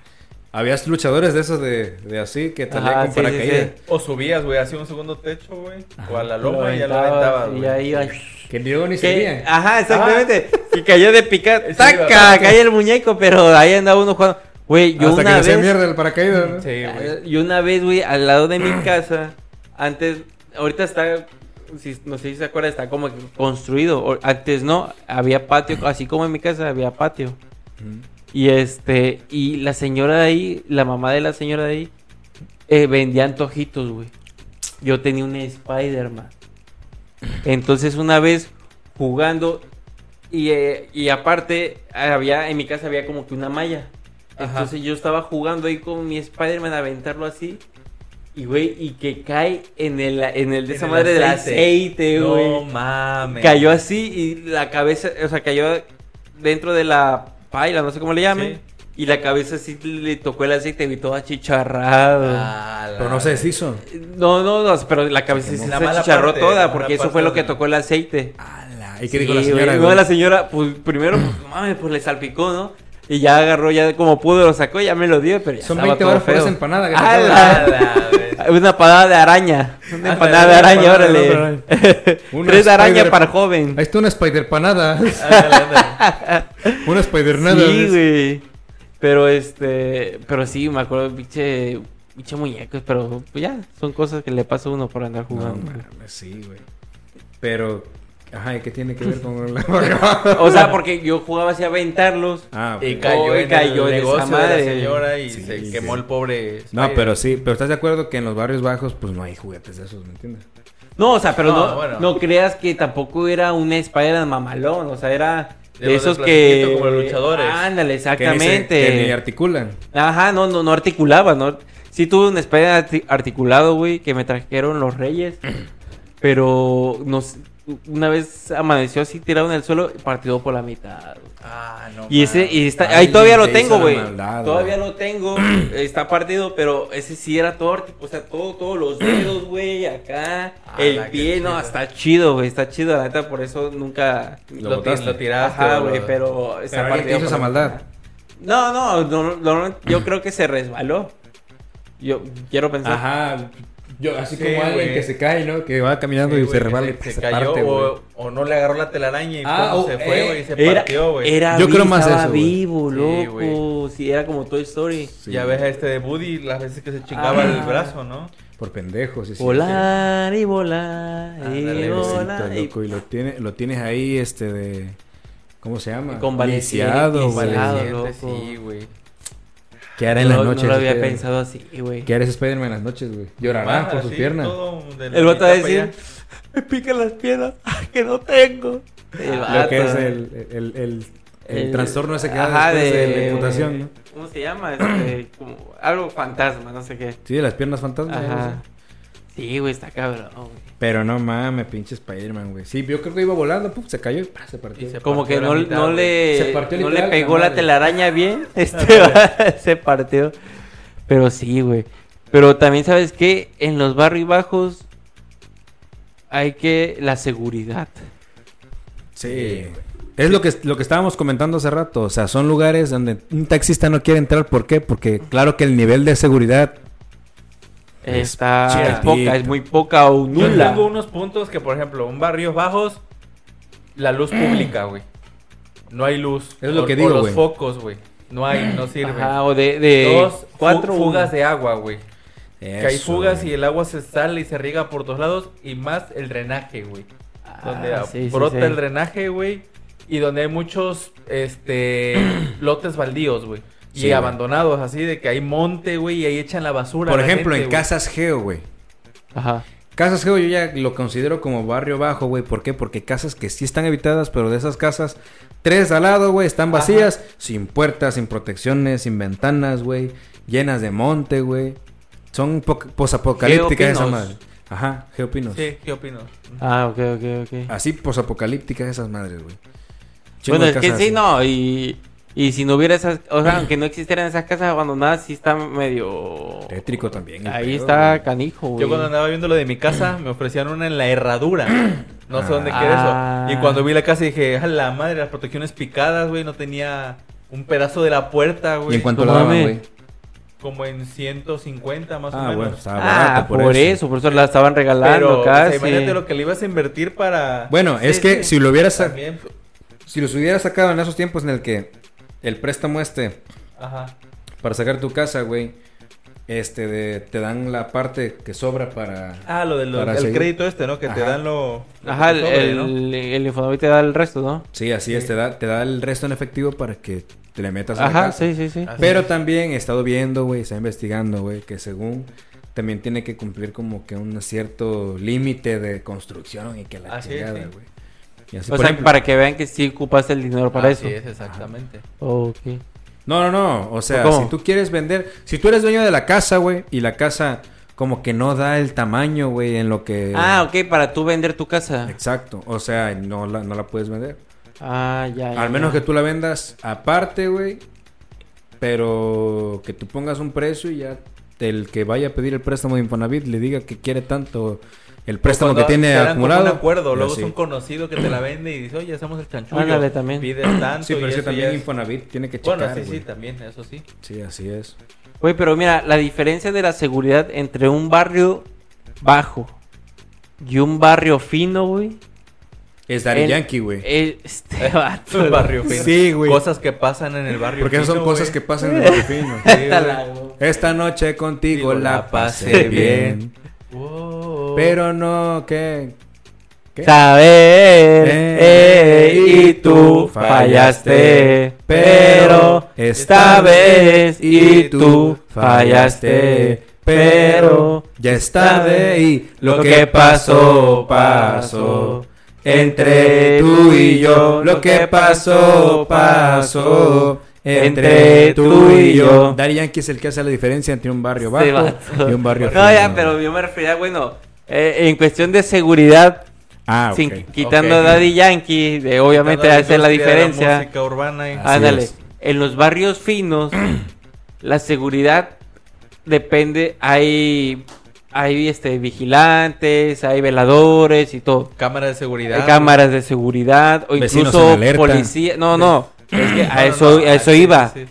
Speaker 5: Habías luchadores de esos de, de así que salían
Speaker 4: Ajá,
Speaker 5: con
Speaker 4: sí, sí,
Speaker 5: paracaídas.
Speaker 2: O subías, güey, hacía un segundo techo, güey. O a la
Speaker 4: Lo
Speaker 2: loma y ya la
Speaker 4: aventabas
Speaker 2: aventabas,
Speaker 4: Y
Speaker 2: güey.
Speaker 4: ya iba.
Speaker 5: Que luego ni
Speaker 4: Que- ah,
Speaker 5: salían.
Speaker 2: Ah.
Speaker 4: Ajá, exactamente. Que cayó de picar.
Speaker 2: Sí,
Speaker 4: ¡Taca!
Speaker 2: ¿verdad?
Speaker 4: Cae el muñeco, pero ahí andaba uno jugando. Güey, yo
Speaker 5: Hasta que
Speaker 4: una
Speaker 5: le
Speaker 4: vez.
Speaker 5: hacía mierda el paracaídas, ¿no?
Speaker 2: Sí, güey.
Speaker 4: Ah, Y una vez, güey, al lado de mi casa, antes, ahorita está, si- no sé si se acuerdan, está como que construido. o- Antes no, había patio, así como en mi casa había patio. Y este, y la señora de ahí, la mamá de la señora de ahí, eh, vendía antojitos, güey. Yo tenía un Spider-Man. Entonces una vez jugando, y, eh, y aparte, había, en mi casa había como que una malla. Entonces yo estaba jugando ahí con mi Spider-Man a aventarlo así. Y güey, y que cae en el, en el de
Speaker 2: En
Speaker 4: esa
Speaker 2: el
Speaker 4: madre del
Speaker 2: aceite.
Speaker 4: aceite, güey.
Speaker 2: No mames.
Speaker 4: cayó así y la cabeza, o sea, cayó dentro de la paila, no sé cómo le llamen.
Speaker 2: Sí.
Speaker 4: Y la cabeza así le tocó el aceite y toda chicharrado.
Speaker 2: Ah, la-
Speaker 5: Pero no se deshizo.
Speaker 4: No, no, no, pero la cabeza sí
Speaker 2: quemó.
Speaker 4: se
Speaker 2: La mala
Speaker 4: chicharró
Speaker 2: parte, la
Speaker 4: toda
Speaker 2: mala
Speaker 4: porque eso
Speaker 2: parte
Speaker 4: fue lo
Speaker 2: de
Speaker 4: que
Speaker 2: la-
Speaker 4: tocó el aceite.
Speaker 5: Ala, ¿Y qué dijo
Speaker 4: Ah, Sí,
Speaker 5: la señora?
Speaker 4: güey,
Speaker 5: güey?
Speaker 4: No, la señora, pues primero, pues, no mames, pues le salpicó, ¿no? Y ya agarró, ya como pudo lo sacó, ya me lo dio, pero ya
Speaker 5: Son
Speaker 4: estaba
Speaker 5: 20
Speaker 4: todo
Speaker 5: baros por
Speaker 4: feo.
Speaker 5: esa empanada. que te
Speaker 4: ¡Ah,
Speaker 5: acabo de
Speaker 4: la-
Speaker 5: dar.
Speaker 4: Una empanada de araña. Una
Speaker 5: Ah,
Speaker 4: empanada de
Speaker 5: una
Speaker 4: araña,
Speaker 5: empanada de
Speaker 4: órale.
Speaker 5: Una
Speaker 4: Tres de araña
Speaker 5: spider-
Speaker 4: para joven.
Speaker 5: Ahí está una spider panada. una spider nada.
Speaker 4: Sí, güey. Pero este. Pero sí, me acuerdo, pinche. Pinche muñecos, pero pues ya, son cosas que le pasa a uno por andar
Speaker 5: No,
Speaker 4: jugando. güey.
Speaker 5: mames, sí, güey. Pero, ajá, ¿y qué tiene que ver con la barba?
Speaker 4: o sea, porque yo jugaba así a aventarlos.
Speaker 5: Ah, ok.
Speaker 2: Y cayó,
Speaker 4: Uy,
Speaker 2: en
Speaker 4: Oh, cayó
Speaker 2: el
Speaker 4: de esa
Speaker 2: negocio de,
Speaker 4: madre.
Speaker 2: la señora y
Speaker 5: Sí,
Speaker 2: se
Speaker 5: sí.
Speaker 2: quemó el pobre.
Speaker 5: No,
Speaker 2: Spider.
Speaker 5: pero sí, pero estás de acuerdo que en los barrios bajos, pues no hay juguetes de esos, ¿me entiendes?
Speaker 4: No, o sea, pero no,
Speaker 2: No, bueno.
Speaker 4: no creas que tampoco era un Spider-Man mamalón. O sea, era de,
Speaker 2: De los de
Speaker 4: esos que.
Speaker 2: plastiquito como los luchadores.
Speaker 4: Ándale,
Speaker 5: Que ni se-
Speaker 4: exactamente.
Speaker 5: Que ni articulan.
Speaker 4: Ajá, no, no, no articulaba, ¿no? Sí tuve un Spider arti- articulado, güey, que me trajeron los reyes. pero nos, una vez amaneció así tirado en el suelo y partido por la mitad. güey.
Speaker 2: Ah, no.
Speaker 4: Y ese, y está, ahí
Speaker 5: Alguien
Speaker 4: todavía lo
Speaker 5: te
Speaker 4: tengo,
Speaker 5: hizo la
Speaker 4: güey.
Speaker 5: maldad,
Speaker 4: Todavía
Speaker 5: güey.
Speaker 4: lo tengo, está partido, pero ese sí era todo, arti- o sea, todo, todos los dedos, güey, acá,
Speaker 2: Ah,
Speaker 4: el
Speaker 2: la que
Speaker 4: pie, no,
Speaker 2: chido.
Speaker 4: está chido, güey, está chido, la neta, por eso nunca...
Speaker 5: Lo
Speaker 2: lo,
Speaker 5: botaste.
Speaker 2: ti- lo tiraste.
Speaker 4: Ajá,
Speaker 2: o lo-
Speaker 4: güey, pero... está
Speaker 5: Pero alguien te
Speaker 4: partido
Speaker 5: hizo
Speaker 4: por
Speaker 5: esa
Speaker 4: la
Speaker 5: maldad.
Speaker 4: no, no, no, no, no, yo creo que se resbaló. Yo quiero pensar.
Speaker 5: Ajá. Yo, así
Speaker 2: Sí,
Speaker 5: como alguien
Speaker 2: güey.
Speaker 5: que se cae, ¿no? Que va caminando
Speaker 2: Sí,
Speaker 5: y
Speaker 2: güey,
Speaker 5: se
Speaker 2: que
Speaker 5: rebala. y
Speaker 2: Se,
Speaker 5: se
Speaker 2: cayó
Speaker 5: parte, güey.
Speaker 2: o, o no le agarró la telaraña y
Speaker 5: Ah,
Speaker 2: pum,
Speaker 5: oh,
Speaker 2: se fue,
Speaker 5: eh,
Speaker 2: güey. y se
Speaker 4: Era,
Speaker 2: partió, güey.
Speaker 4: era
Speaker 5: Yo
Speaker 4: vi-
Speaker 5: creo más
Speaker 4: estaba
Speaker 5: eso, güey.
Speaker 4: vivo,
Speaker 2: Sí,
Speaker 4: loco. Sí, era como Toy Story.
Speaker 5: Sí,
Speaker 2: Ya ves a este de Woody las veces que se chingaba
Speaker 4: Ah.
Speaker 2: el brazo, ¿no?
Speaker 5: Por pendejos. sí, sí.
Speaker 4: Volar y volar y
Speaker 2: Ándale,
Speaker 5: Pobrecito,
Speaker 4: volar. y-
Speaker 5: loco, y lo, tiene, lo tienes ahí, este, de... ¿Cómo se llama?
Speaker 4: Convaleciente,
Speaker 5: Lisiado, güey.
Speaker 4: lisiado.
Speaker 2: Valiente,
Speaker 4: loco.
Speaker 2: Sí, güey.
Speaker 5: ¿Qué hará en
Speaker 4: no,
Speaker 5: las
Speaker 4: no
Speaker 5: noches?
Speaker 4: lo había
Speaker 5: Spider-Man?
Speaker 4: pensado así, güey.
Speaker 5: ¿Qué hará ese Spider-Man en las noches, güey? Llorará
Speaker 2: Más
Speaker 5: por sus
Speaker 2: así,
Speaker 5: piernas.
Speaker 2: todo de la
Speaker 4: El vato va a
Speaker 2: mitad para
Speaker 4: decir, me pican las piernas que no tengo. El
Speaker 5: Lo que es
Speaker 4: vato.
Speaker 5: el, el, el, el,
Speaker 4: El-
Speaker 5: trastorno ese que
Speaker 4: ajá,
Speaker 5: da después de, la
Speaker 4: de-
Speaker 5: imputación, ¿no?
Speaker 4: ¿Cómo se llama? Este, como algo fantasma, no sé qué.
Speaker 5: Sí, de las piernas fantasmas. no
Speaker 4: Ajá.
Speaker 5: sé.
Speaker 4: Sí, güey, está cabrón, güey.
Speaker 5: Pero no mames, pinche Spider-man, güey. Sí, yo creo que iba volando, pum, se cayó y pa, se partió.
Speaker 2: Y se-
Speaker 4: Como que
Speaker 2: partió la
Speaker 4: no,
Speaker 2: mitad,
Speaker 4: no
Speaker 2: güey.
Speaker 4: le,
Speaker 5: Se partió
Speaker 4: no le
Speaker 5: literal la
Speaker 4: pegó la
Speaker 5: madre.
Speaker 4: telaraña bien. Este va- se partió. Pero sí, güey. Pero también, ¿sabes qué? En los barrios bajos hay que la seguridad.
Speaker 5: Sí. Es lo que, lo que estábamos comentando hace rato. O sea, son lugares donde un taxista no quiere entrar. ¿Por qué? Porque claro que el nivel de seguridad... Es
Speaker 4: Está es
Speaker 5: chiquitito.
Speaker 4: poca, es muy poca o
Speaker 2: Yo
Speaker 4: nula.
Speaker 2: tengo unos puntos que, por ejemplo, en barrios bajos, la luz pública, güey. No hay luz.
Speaker 5: Es lo
Speaker 2: O-
Speaker 5: que
Speaker 2: o
Speaker 5: digo,
Speaker 2: los
Speaker 5: güey.
Speaker 2: focos, güey. No hay, no sirve.
Speaker 4: Ajá, o de, de
Speaker 2: Dos, cuatro Eh, fugas
Speaker 4: de...
Speaker 2: de agua, güey. Que hay
Speaker 5: Eso,
Speaker 2: fugas
Speaker 5: güey.
Speaker 2: y el agua se sale y se riega por todos lados. Y más el drenaje, güey. Donde
Speaker 4: Ah, sí, sí,
Speaker 2: brota
Speaker 4: sí.
Speaker 2: el drenaje, güey. Y donde hay muchos este, lotes baldíos, güey. Y
Speaker 5: Sí, güey.
Speaker 2: abandonados, así de que hay monte, güey, y ahí echan la basura.
Speaker 5: Por
Speaker 2: la
Speaker 5: ejemplo,
Speaker 2: gente,
Speaker 5: en
Speaker 2: güey.
Speaker 5: Casas Geo, güey.
Speaker 4: Ajá.
Speaker 5: Casas Geo yo ya lo considero como barrio bajo, güey. ¿Por qué? Porque casas que sí están habitadas, pero de esas casas, tres de al lado, güey, están vacías, sin puertas, sin protecciones, sin ventanas, güey, llenas de monte, güey. Son po- posapocalípticas esas
Speaker 2: Geopinos.
Speaker 5: madres. Ajá, geopinos.
Speaker 2: Sí, ¿qué opino?
Speaker 4: Ah, ok, ok, ok.
Speaker 5: Así posapocalípticas esas madres, güey. Chingo
Speaker 4: bueno,
Speaker 5: de
Speaker 4: es que
Speaker 5: casas
Speaker 4: sí,
Speaker 5: así.
Speaker 4: no, y... Y si no hubiera esas, o sea, aunque no existieran esas casas abandonadas, sí está medio...
Speaker 5: Tétrico también. el
Speaker 4: Ahí
Speaker 5: pedo,
Speaker 4: está
Speaker 5: güey.
Speaker 4: canijo, güey.
Speaker 2: Yo cuando andaba viendo lo de mi casa, me ofrecían una en la herradura. No sé dónde
Speaker 4: Ah.
Speaker 2: queda eso. Y cuando vi la casa dije, a la madre, las protecciones picadas, güey, no tenía un pedazo de la puerta,
Speaker 5: ¿Y en
Speaker 2: güey.
Speaker 5: cuánto
Speaker 4: No
Speaker 5: la daban,
Speaker 4: mames.
Speaker 5: güey?
Speaker 2: Como en 150 más o
Speaker 5: Ah,
Speaker 2: menos.
Speaker 5: bueno, estaba
Speaker 4: Ah,
Speaker 5: barato
Speaker 4: por, eso. por eso la estaban
Speaker 2: Pero
Speaker 4: regalando
Speaker 2: o sea,
Speaker 4: casi.
Speaker 2: imagínate lo que le ibas a invertir para...
Speaker 5: Bueno,
Speaker 2: Sí,
Speaker 5: es que
Speaker 2: sí.
Speaker 5: si lo hubieras sa-
Speaker 2: También,
Speaker 5: si los hubieras sacado en esos tiempos en el que el préstamo este
Speaker 2: ajá.
Speaker 5: para sacar tu casa, güey. Este, de, te dan la parte que sobra para...
Speaker 2: Ah, lo del
Speaker 5: Para
Speaker 2: el
Speaker 5: seguir.
Speaker 2: crédito este, ¿no? Que te
Speaker 5: Ajá.
Speaker 2: dan lo... lo
Speaker 4: Ajá,
Speaker 2: que
Speaker 4: el,
Speaker 2: te sobre, ¿no?
Speaker 4: el, el Infonavit te da el resto, ¿no?
Speaker 5: Sí, así es, te da, te da el resto en efectivo para que te le metas a la
Speaker 4: Ajá,
Speaker 5: casa.
Speaker 4: sí, sí, sí.
Speaker 2: Así
Speaker 5: Pero
Speaker 2: es.
Speaker 5: también he estado viendo, güey, está investigando, güey, que según también tiene que cumplir como que un cierto límite de construcción y que la
Speaker 2: Así es,
Speaker 5: chingada,
Speaker 2: sí.
Speaker 5: güey. Y así,
Speaker 4: o
Speaker 5: por
Speaker 4: sea,
Speaker 5: ejemplo-
Speaker 4: para que vean que sí ocupaste el dinero para
Speaker 2: Así
Speaker 4: eso.
Speaker 2: Ah, es, exactamente.
Speaker 4: Ok.
Speaker 5: Eh, No, no, no. O sea,
Speaker 4: ¿Cómo?
Speaker 5: si tú quieres vender, si tú eres dueño de la casa, güey, y la casa como que no da el tamaño, güey, en lo que...
Speaker 4: Ah, ok, para tú vender tu casa.
Speaker 5: Exacto. O sea, no la, no la puedes vender.
Speaker 4: Ah, ya. ya,
Speaker 5: Al menos
Speaker 4: ya.
Speaker 5: que tú la vendas aparte, güey. Pero que tú pongas un precio y ya el que vaya a pedir el préstamo de Infonavit le diga que quiere tanto el préstamo que
Speaker 2: Cuando
Speaker 5: tiene
Speaker 2: quedan con
Speaker 5: acumulado.
Speaker 2: un acuerdo,
Speaker 5: y
Speaker 2: luego
Speaker 5: así.
Speaker 2: es un conocido que te la vende y dice, oye, hacemos el chanchullo.
Speaker 4: Ándale, también.
Speaker 2: Pides tanto
Speaker 5: Sí, pero
Speaker 2: y
Speaker 5: es que
Speaker 2: eso
Speaker 5: también
Speaker 2: ya es-
Speaker 5: Infonavit tiene que checar.
Speaker 2: Bueno, sí,
Speaker 5: güey.
Speaker 2: sí, también, eso sí.
Speaker 5: Sí, así es.
Speaker 4: Güey, pero mira, la diferencia de la seguridad entre un barrio bajo y un barrio fino, güey.
Speaker 5: Es Daddy
Speaker 4: El-
Speaker 5: Yankee, güey.
Speaker 4: Este vato.
Speaker 2: El barrio fino.
Speaker 5: Sí, güey.
Speaker 2: Cosas que pasan en el barrio
Speaker 5: Porque esas son
Speaker 2: fino,
Speaker 5: cosas que
Speaker 2: güey. Oh,
Speaker 5: pasan en el fino.
Speaker 4: Vétala, güey.
Speaker 5: Esta noche contigo
Speaker 2: Digo,
Speaker 5: la pasé bien.
Speaker 2: Wow.
Speaker 5: Pero no, que. ¿Qué?
Speaker 4: Saber,
Speaker 5: Eh,
Speaker 4: eh, y tú fallaste, pero esta vez y tú fallaste, pero
Speaker 5: Ya es tarde y lo que pasó, pasó. Entre tú y yo, lo que pasó, pasó. Entre tú y yo. Daddy Yankee es el que hace la diferencia entre un barrio bajo
Speaker 4: Sí, vato.
Speaker 5: y un barrio
Speaker 4: No, ya,
Speaker 5: fino.
Speaker 4: pero yo me refería, bueno, eh, en cuestión de seguridad,
Speaker 5: Ah, ok.
Speaker 4: sin, quitando
Speaker 2: Ok.
Speaker 4: a Daddy Yankee, de, obviamente
Speaker 2: Cada
Speaker 4: hace la
Speaker 2: industria de
Speaker 4: diferencia.
Speaker 2: música urbana y-
Speaker 5: Ah, Así
Speaker 4: Ándale,
Speaker 5: es.
Speaker 4: en los barrios finos, la seguridad depende, hay, hay este, vigilantes, hay veladores y todo.
Speaker 2: cámara de seguridad.
Speaker 4: Hay cámaras de seguridad o
Speaker 5: Vecinos
Speaker 4: incluso
Speaker 5: en alerta.
Speaker 4: policía. No, no. Es que
Speaker 2: No,
Speaker 4: a
Speaker 2: no,
Speaker 4: eso,
Speaker 2: no,
Speaker 4: a eso
Speaker 2: sí,
Speaker 4: iba.
Speaker 2: sí.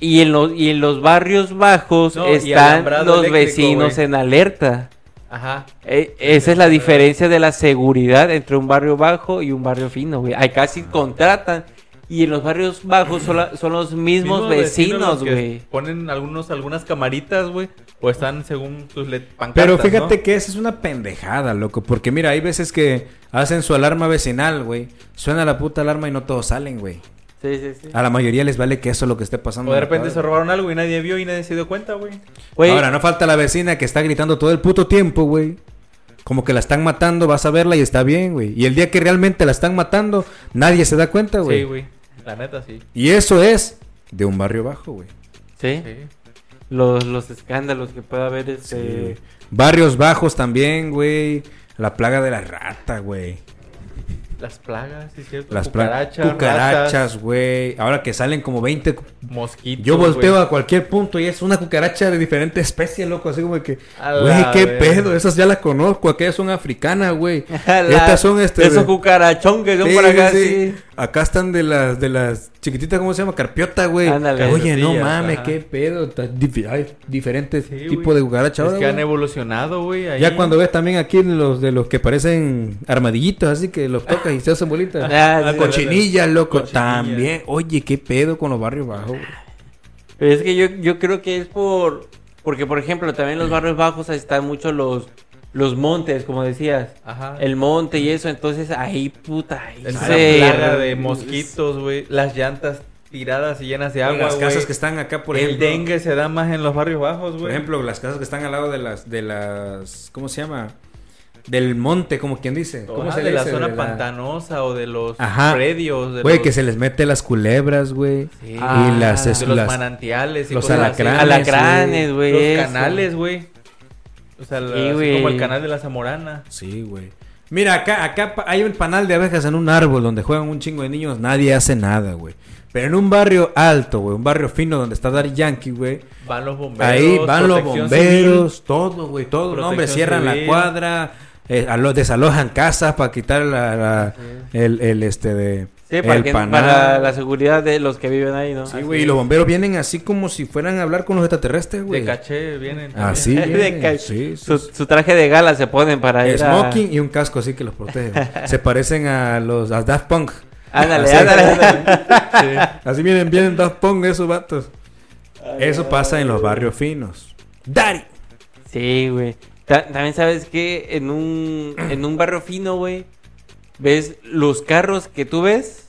Speaker 4: Y en los, y en los barrios bajos
Speaker 2: No, y
Speaker 4: están
Speaker 2: alambrado
Speaker 4: los
Speaker 2: eléctrico,
Speaker 4: vecinos
Speaker 2: güey.
Speaker 4: en alerta.
Speaker 2: Ajá.
Speaker 4: Eh, esa es la diferencia de la seguridad entre un barrio bajo y un barrio fino, güey. Ahí casi contratan. Y en los barrios bajos son, la- son los
Speaker 2: Mismos
Speaker 4: mismos, vecinos,
Speaker 2: los que
Speaker 4: güey.
Speaker 2: Ponen algunos, algunas camaritas, güey. O están según sus let- pancartas,
Speaker 5: Pero fíjate
Speaker 2: ¿no?
Speaker 5: que esa es una pendejada, loco. Porque mira, hay veces que hacen su alarma vecinal, güey. Suena la puta alarma y no todos salen, güey.
Speaker 4: Sí, sí, sí.
Speaker 5: A la mayoría les vale que eso es lo que esté pasando.
Speaker 2: O de
Speaker 5: en la
Speaker 2: repente
Speaker 5: calle.
Speaker 2: se robaron algo y nadie vio y nadie se dio cuenta, güey.
Speaker 4: Güey,
Speaker 5: Ahora, no falta la vecina que está gritando todo el puto tiempo, güey. Como que la están matando, vas a verla y está bien, güey. Y el día que realmente la están matando, nadie se da cuenta, güey.
Speaker 2: Sí, güey. La neta, sí.
Speaker 5: y eso es de un barrio bajo, güey.
Speaker 4: sí,
Speaker 2: Sí.
Speaker 4: Los, los escándalos que puede haber este...
Speaker 5: Sí. Barrios bajos también, güey. La plaga de la rata, güey.
Speaker 2: Las plagas, sí, cierto.
Speaker 5: Las plagas.
Speaker 2: cucarachas, ratas,
Speaker 5: Cucarachas, güey. Ahora que salen como 20
Speaker 2: mosquitos.
Speaker 5: Yo volteo
Speaker 2: güey.
Speaker 5: a cualquier punto y es una cucaracha de diferente especie, loco. Así como que,
Speaker 2: A
Speaker 5: güey,
Speaker 2: la
Speaker 5: qué
Speaker 2: verga.
Speaker 5: pedo. Esas ya las conozco. Aquellas son africanas, güey.
Speaker 4: La-
Speaker 5: Estas son este.
Speaker 4: Esos
Speaker 5: de-
Speaker 4: cucarachón que son
Speaker 5: Sí,
Speaker 4: por acá,
Speaker 5: sí,
Speaker 4: sí.
Speaker 5: sí. Acá están de las, de las chiquititas, ¿cómo se llama? Carpiota, güey.
Speaker 4: Ándale.
Speaker 5: Oye, no
Speaker 2: Carpiotillas,
Speaker 5: mames,
Speaker 2: ajá.
Speaker 5: qué pedo. ta- dif- Hay diferentes
Speaker 2: Sí,
Speaker 5: tipos
Speaker 2: güey.
Speaker 5: de cucaracha
Speaker 2: Es
Speaker 5: ahora,
Speaker 2: que han
Speaker 5: güey.
Speaker 2: evolucionado, güey. ahí.
Speaker 5: Ya cuando ves también aquí los de los que parecen armadillitos, así que los tocas y se hacen bolitas.
Speaker 4: Ah, sí.
Speaker 5: Cochinillas, loco.
Speaker 2: Cochinillas.
Speaker 5: También. Oye, qué pedo con los barrios bajos, güey.
Speaker 4: Pero es que yo, yo creo que es por... Porque, por ejemplo, también en los barrios bajos ahí están mucho los, los montes, como decías.
Speaker 2: Ajá.
Speaker 4: El monte y eso, entonces ahí, puta, ahí
Speaker 2: Es una
Speaker 4: se-
Speaker 2: plaga de mosquitos, güey. Las llantas tiradas y llenas de agua,
Speaker 5: las casas
Speaker 2: güey.
Speaker 5: que están acá, por
Speaker 2: el
Speaker 5: ejemplo.
Speaker 2: dengue se da más en los barrios bajos, güey.
Speaker 5: Por ejemplo, las casas que están al lado de las, de las, ¿cómo se llama? Del monte, como quien dice. ¿Cómo
Speaker 2: Ajá,
Speaker 5: se
Speaker 2: Ah, de la
Speaker 5: dice?
Speaker 2: zona
Speaker 5: ah, De la-
Speaker 2: pantanosa o de los
Speaker 5: Ajá.
Speaker 2: predios. de
Speaker 5: Güey,
Speaker 2: los-
Speaker 5: que se les mete las culebras, güey.
Speaker 2: Sí.
Speaker 5: Y
Speaker 4: Ah,
Speaker 5: las, es-
Speaker 2: de los
Speaker 5: las-
Speaker 2: manantiales y
Speaker 5: los
Speaker 2: cosas así.
Speaker 5: alacranes,
Speaker 4: Alacranes, güey.
Speaker 2: Los
Speaker 4: eso.
Speaker 2: canales, güey. O sea, la-
Speaker 4: Sí,
Speaker 2: así
Speaker 4: güey.
Speaker 2: como el canal de la Zamorana.
Speaker 5: Sí, güey. Mira, acá, acá pa- hay un panal de abejas en un árbol donde juegan un chingo de niños, nadie hace nada, güey. Pero en un barrio alto, güey, un barrio fino donde está Daddy Yankee, güey.
Speaker 2: Van los bomberos.
Speaker 5: Ahí van los
Speaker 2: protección
Speaker 5: bomberos, todo, güey, todo. No, hombre,
Speaker 2: Protección
Speaker 5: cierran la
Speaker 2: civil.
Speaker 5: cuadra, eh, alo- desalojan casas para quitar la, la- el, el, este de,
Speaker 4: Sí, para,
Speaker 5: el
Speaker 4: que-
Speaker 5: panal.
Speaker 4: para la seguridad de los que viven ahí, ¿no?
Speaker 5: Sí, güey, y los bomberos vienen así como si fueran a hablar con los extraterrestres,
Speaker 2: civil.
Speaker 5: güey. Ah,
Speaker 2: De caché vienen. también.
Speaker 5: Así,
Speaker 4: De
Speaker 5: vienen,
Speaker 4: ca-
Speaker 5: sí, sí,
Speaker 4: su,
Speaker 5: sí.
Speaker 4: su traje de gala se ponen para ir a-
Speaker 5: Smoking y un casco así que los protege. güey. Se parecen a los a Daft Punk.
Speaker 4: Ándale,
Speaker 5: Así.
Speaker 4: ándale,
Speaker 5: Así vienen, vienen Daft Punk esos vatos. Eso pasa en los barrios finos. Daddy.
Speaker 4: Sí, güey. Ta- también sabes que en un, en un barrio fino, güey, ves los carros que tú ves,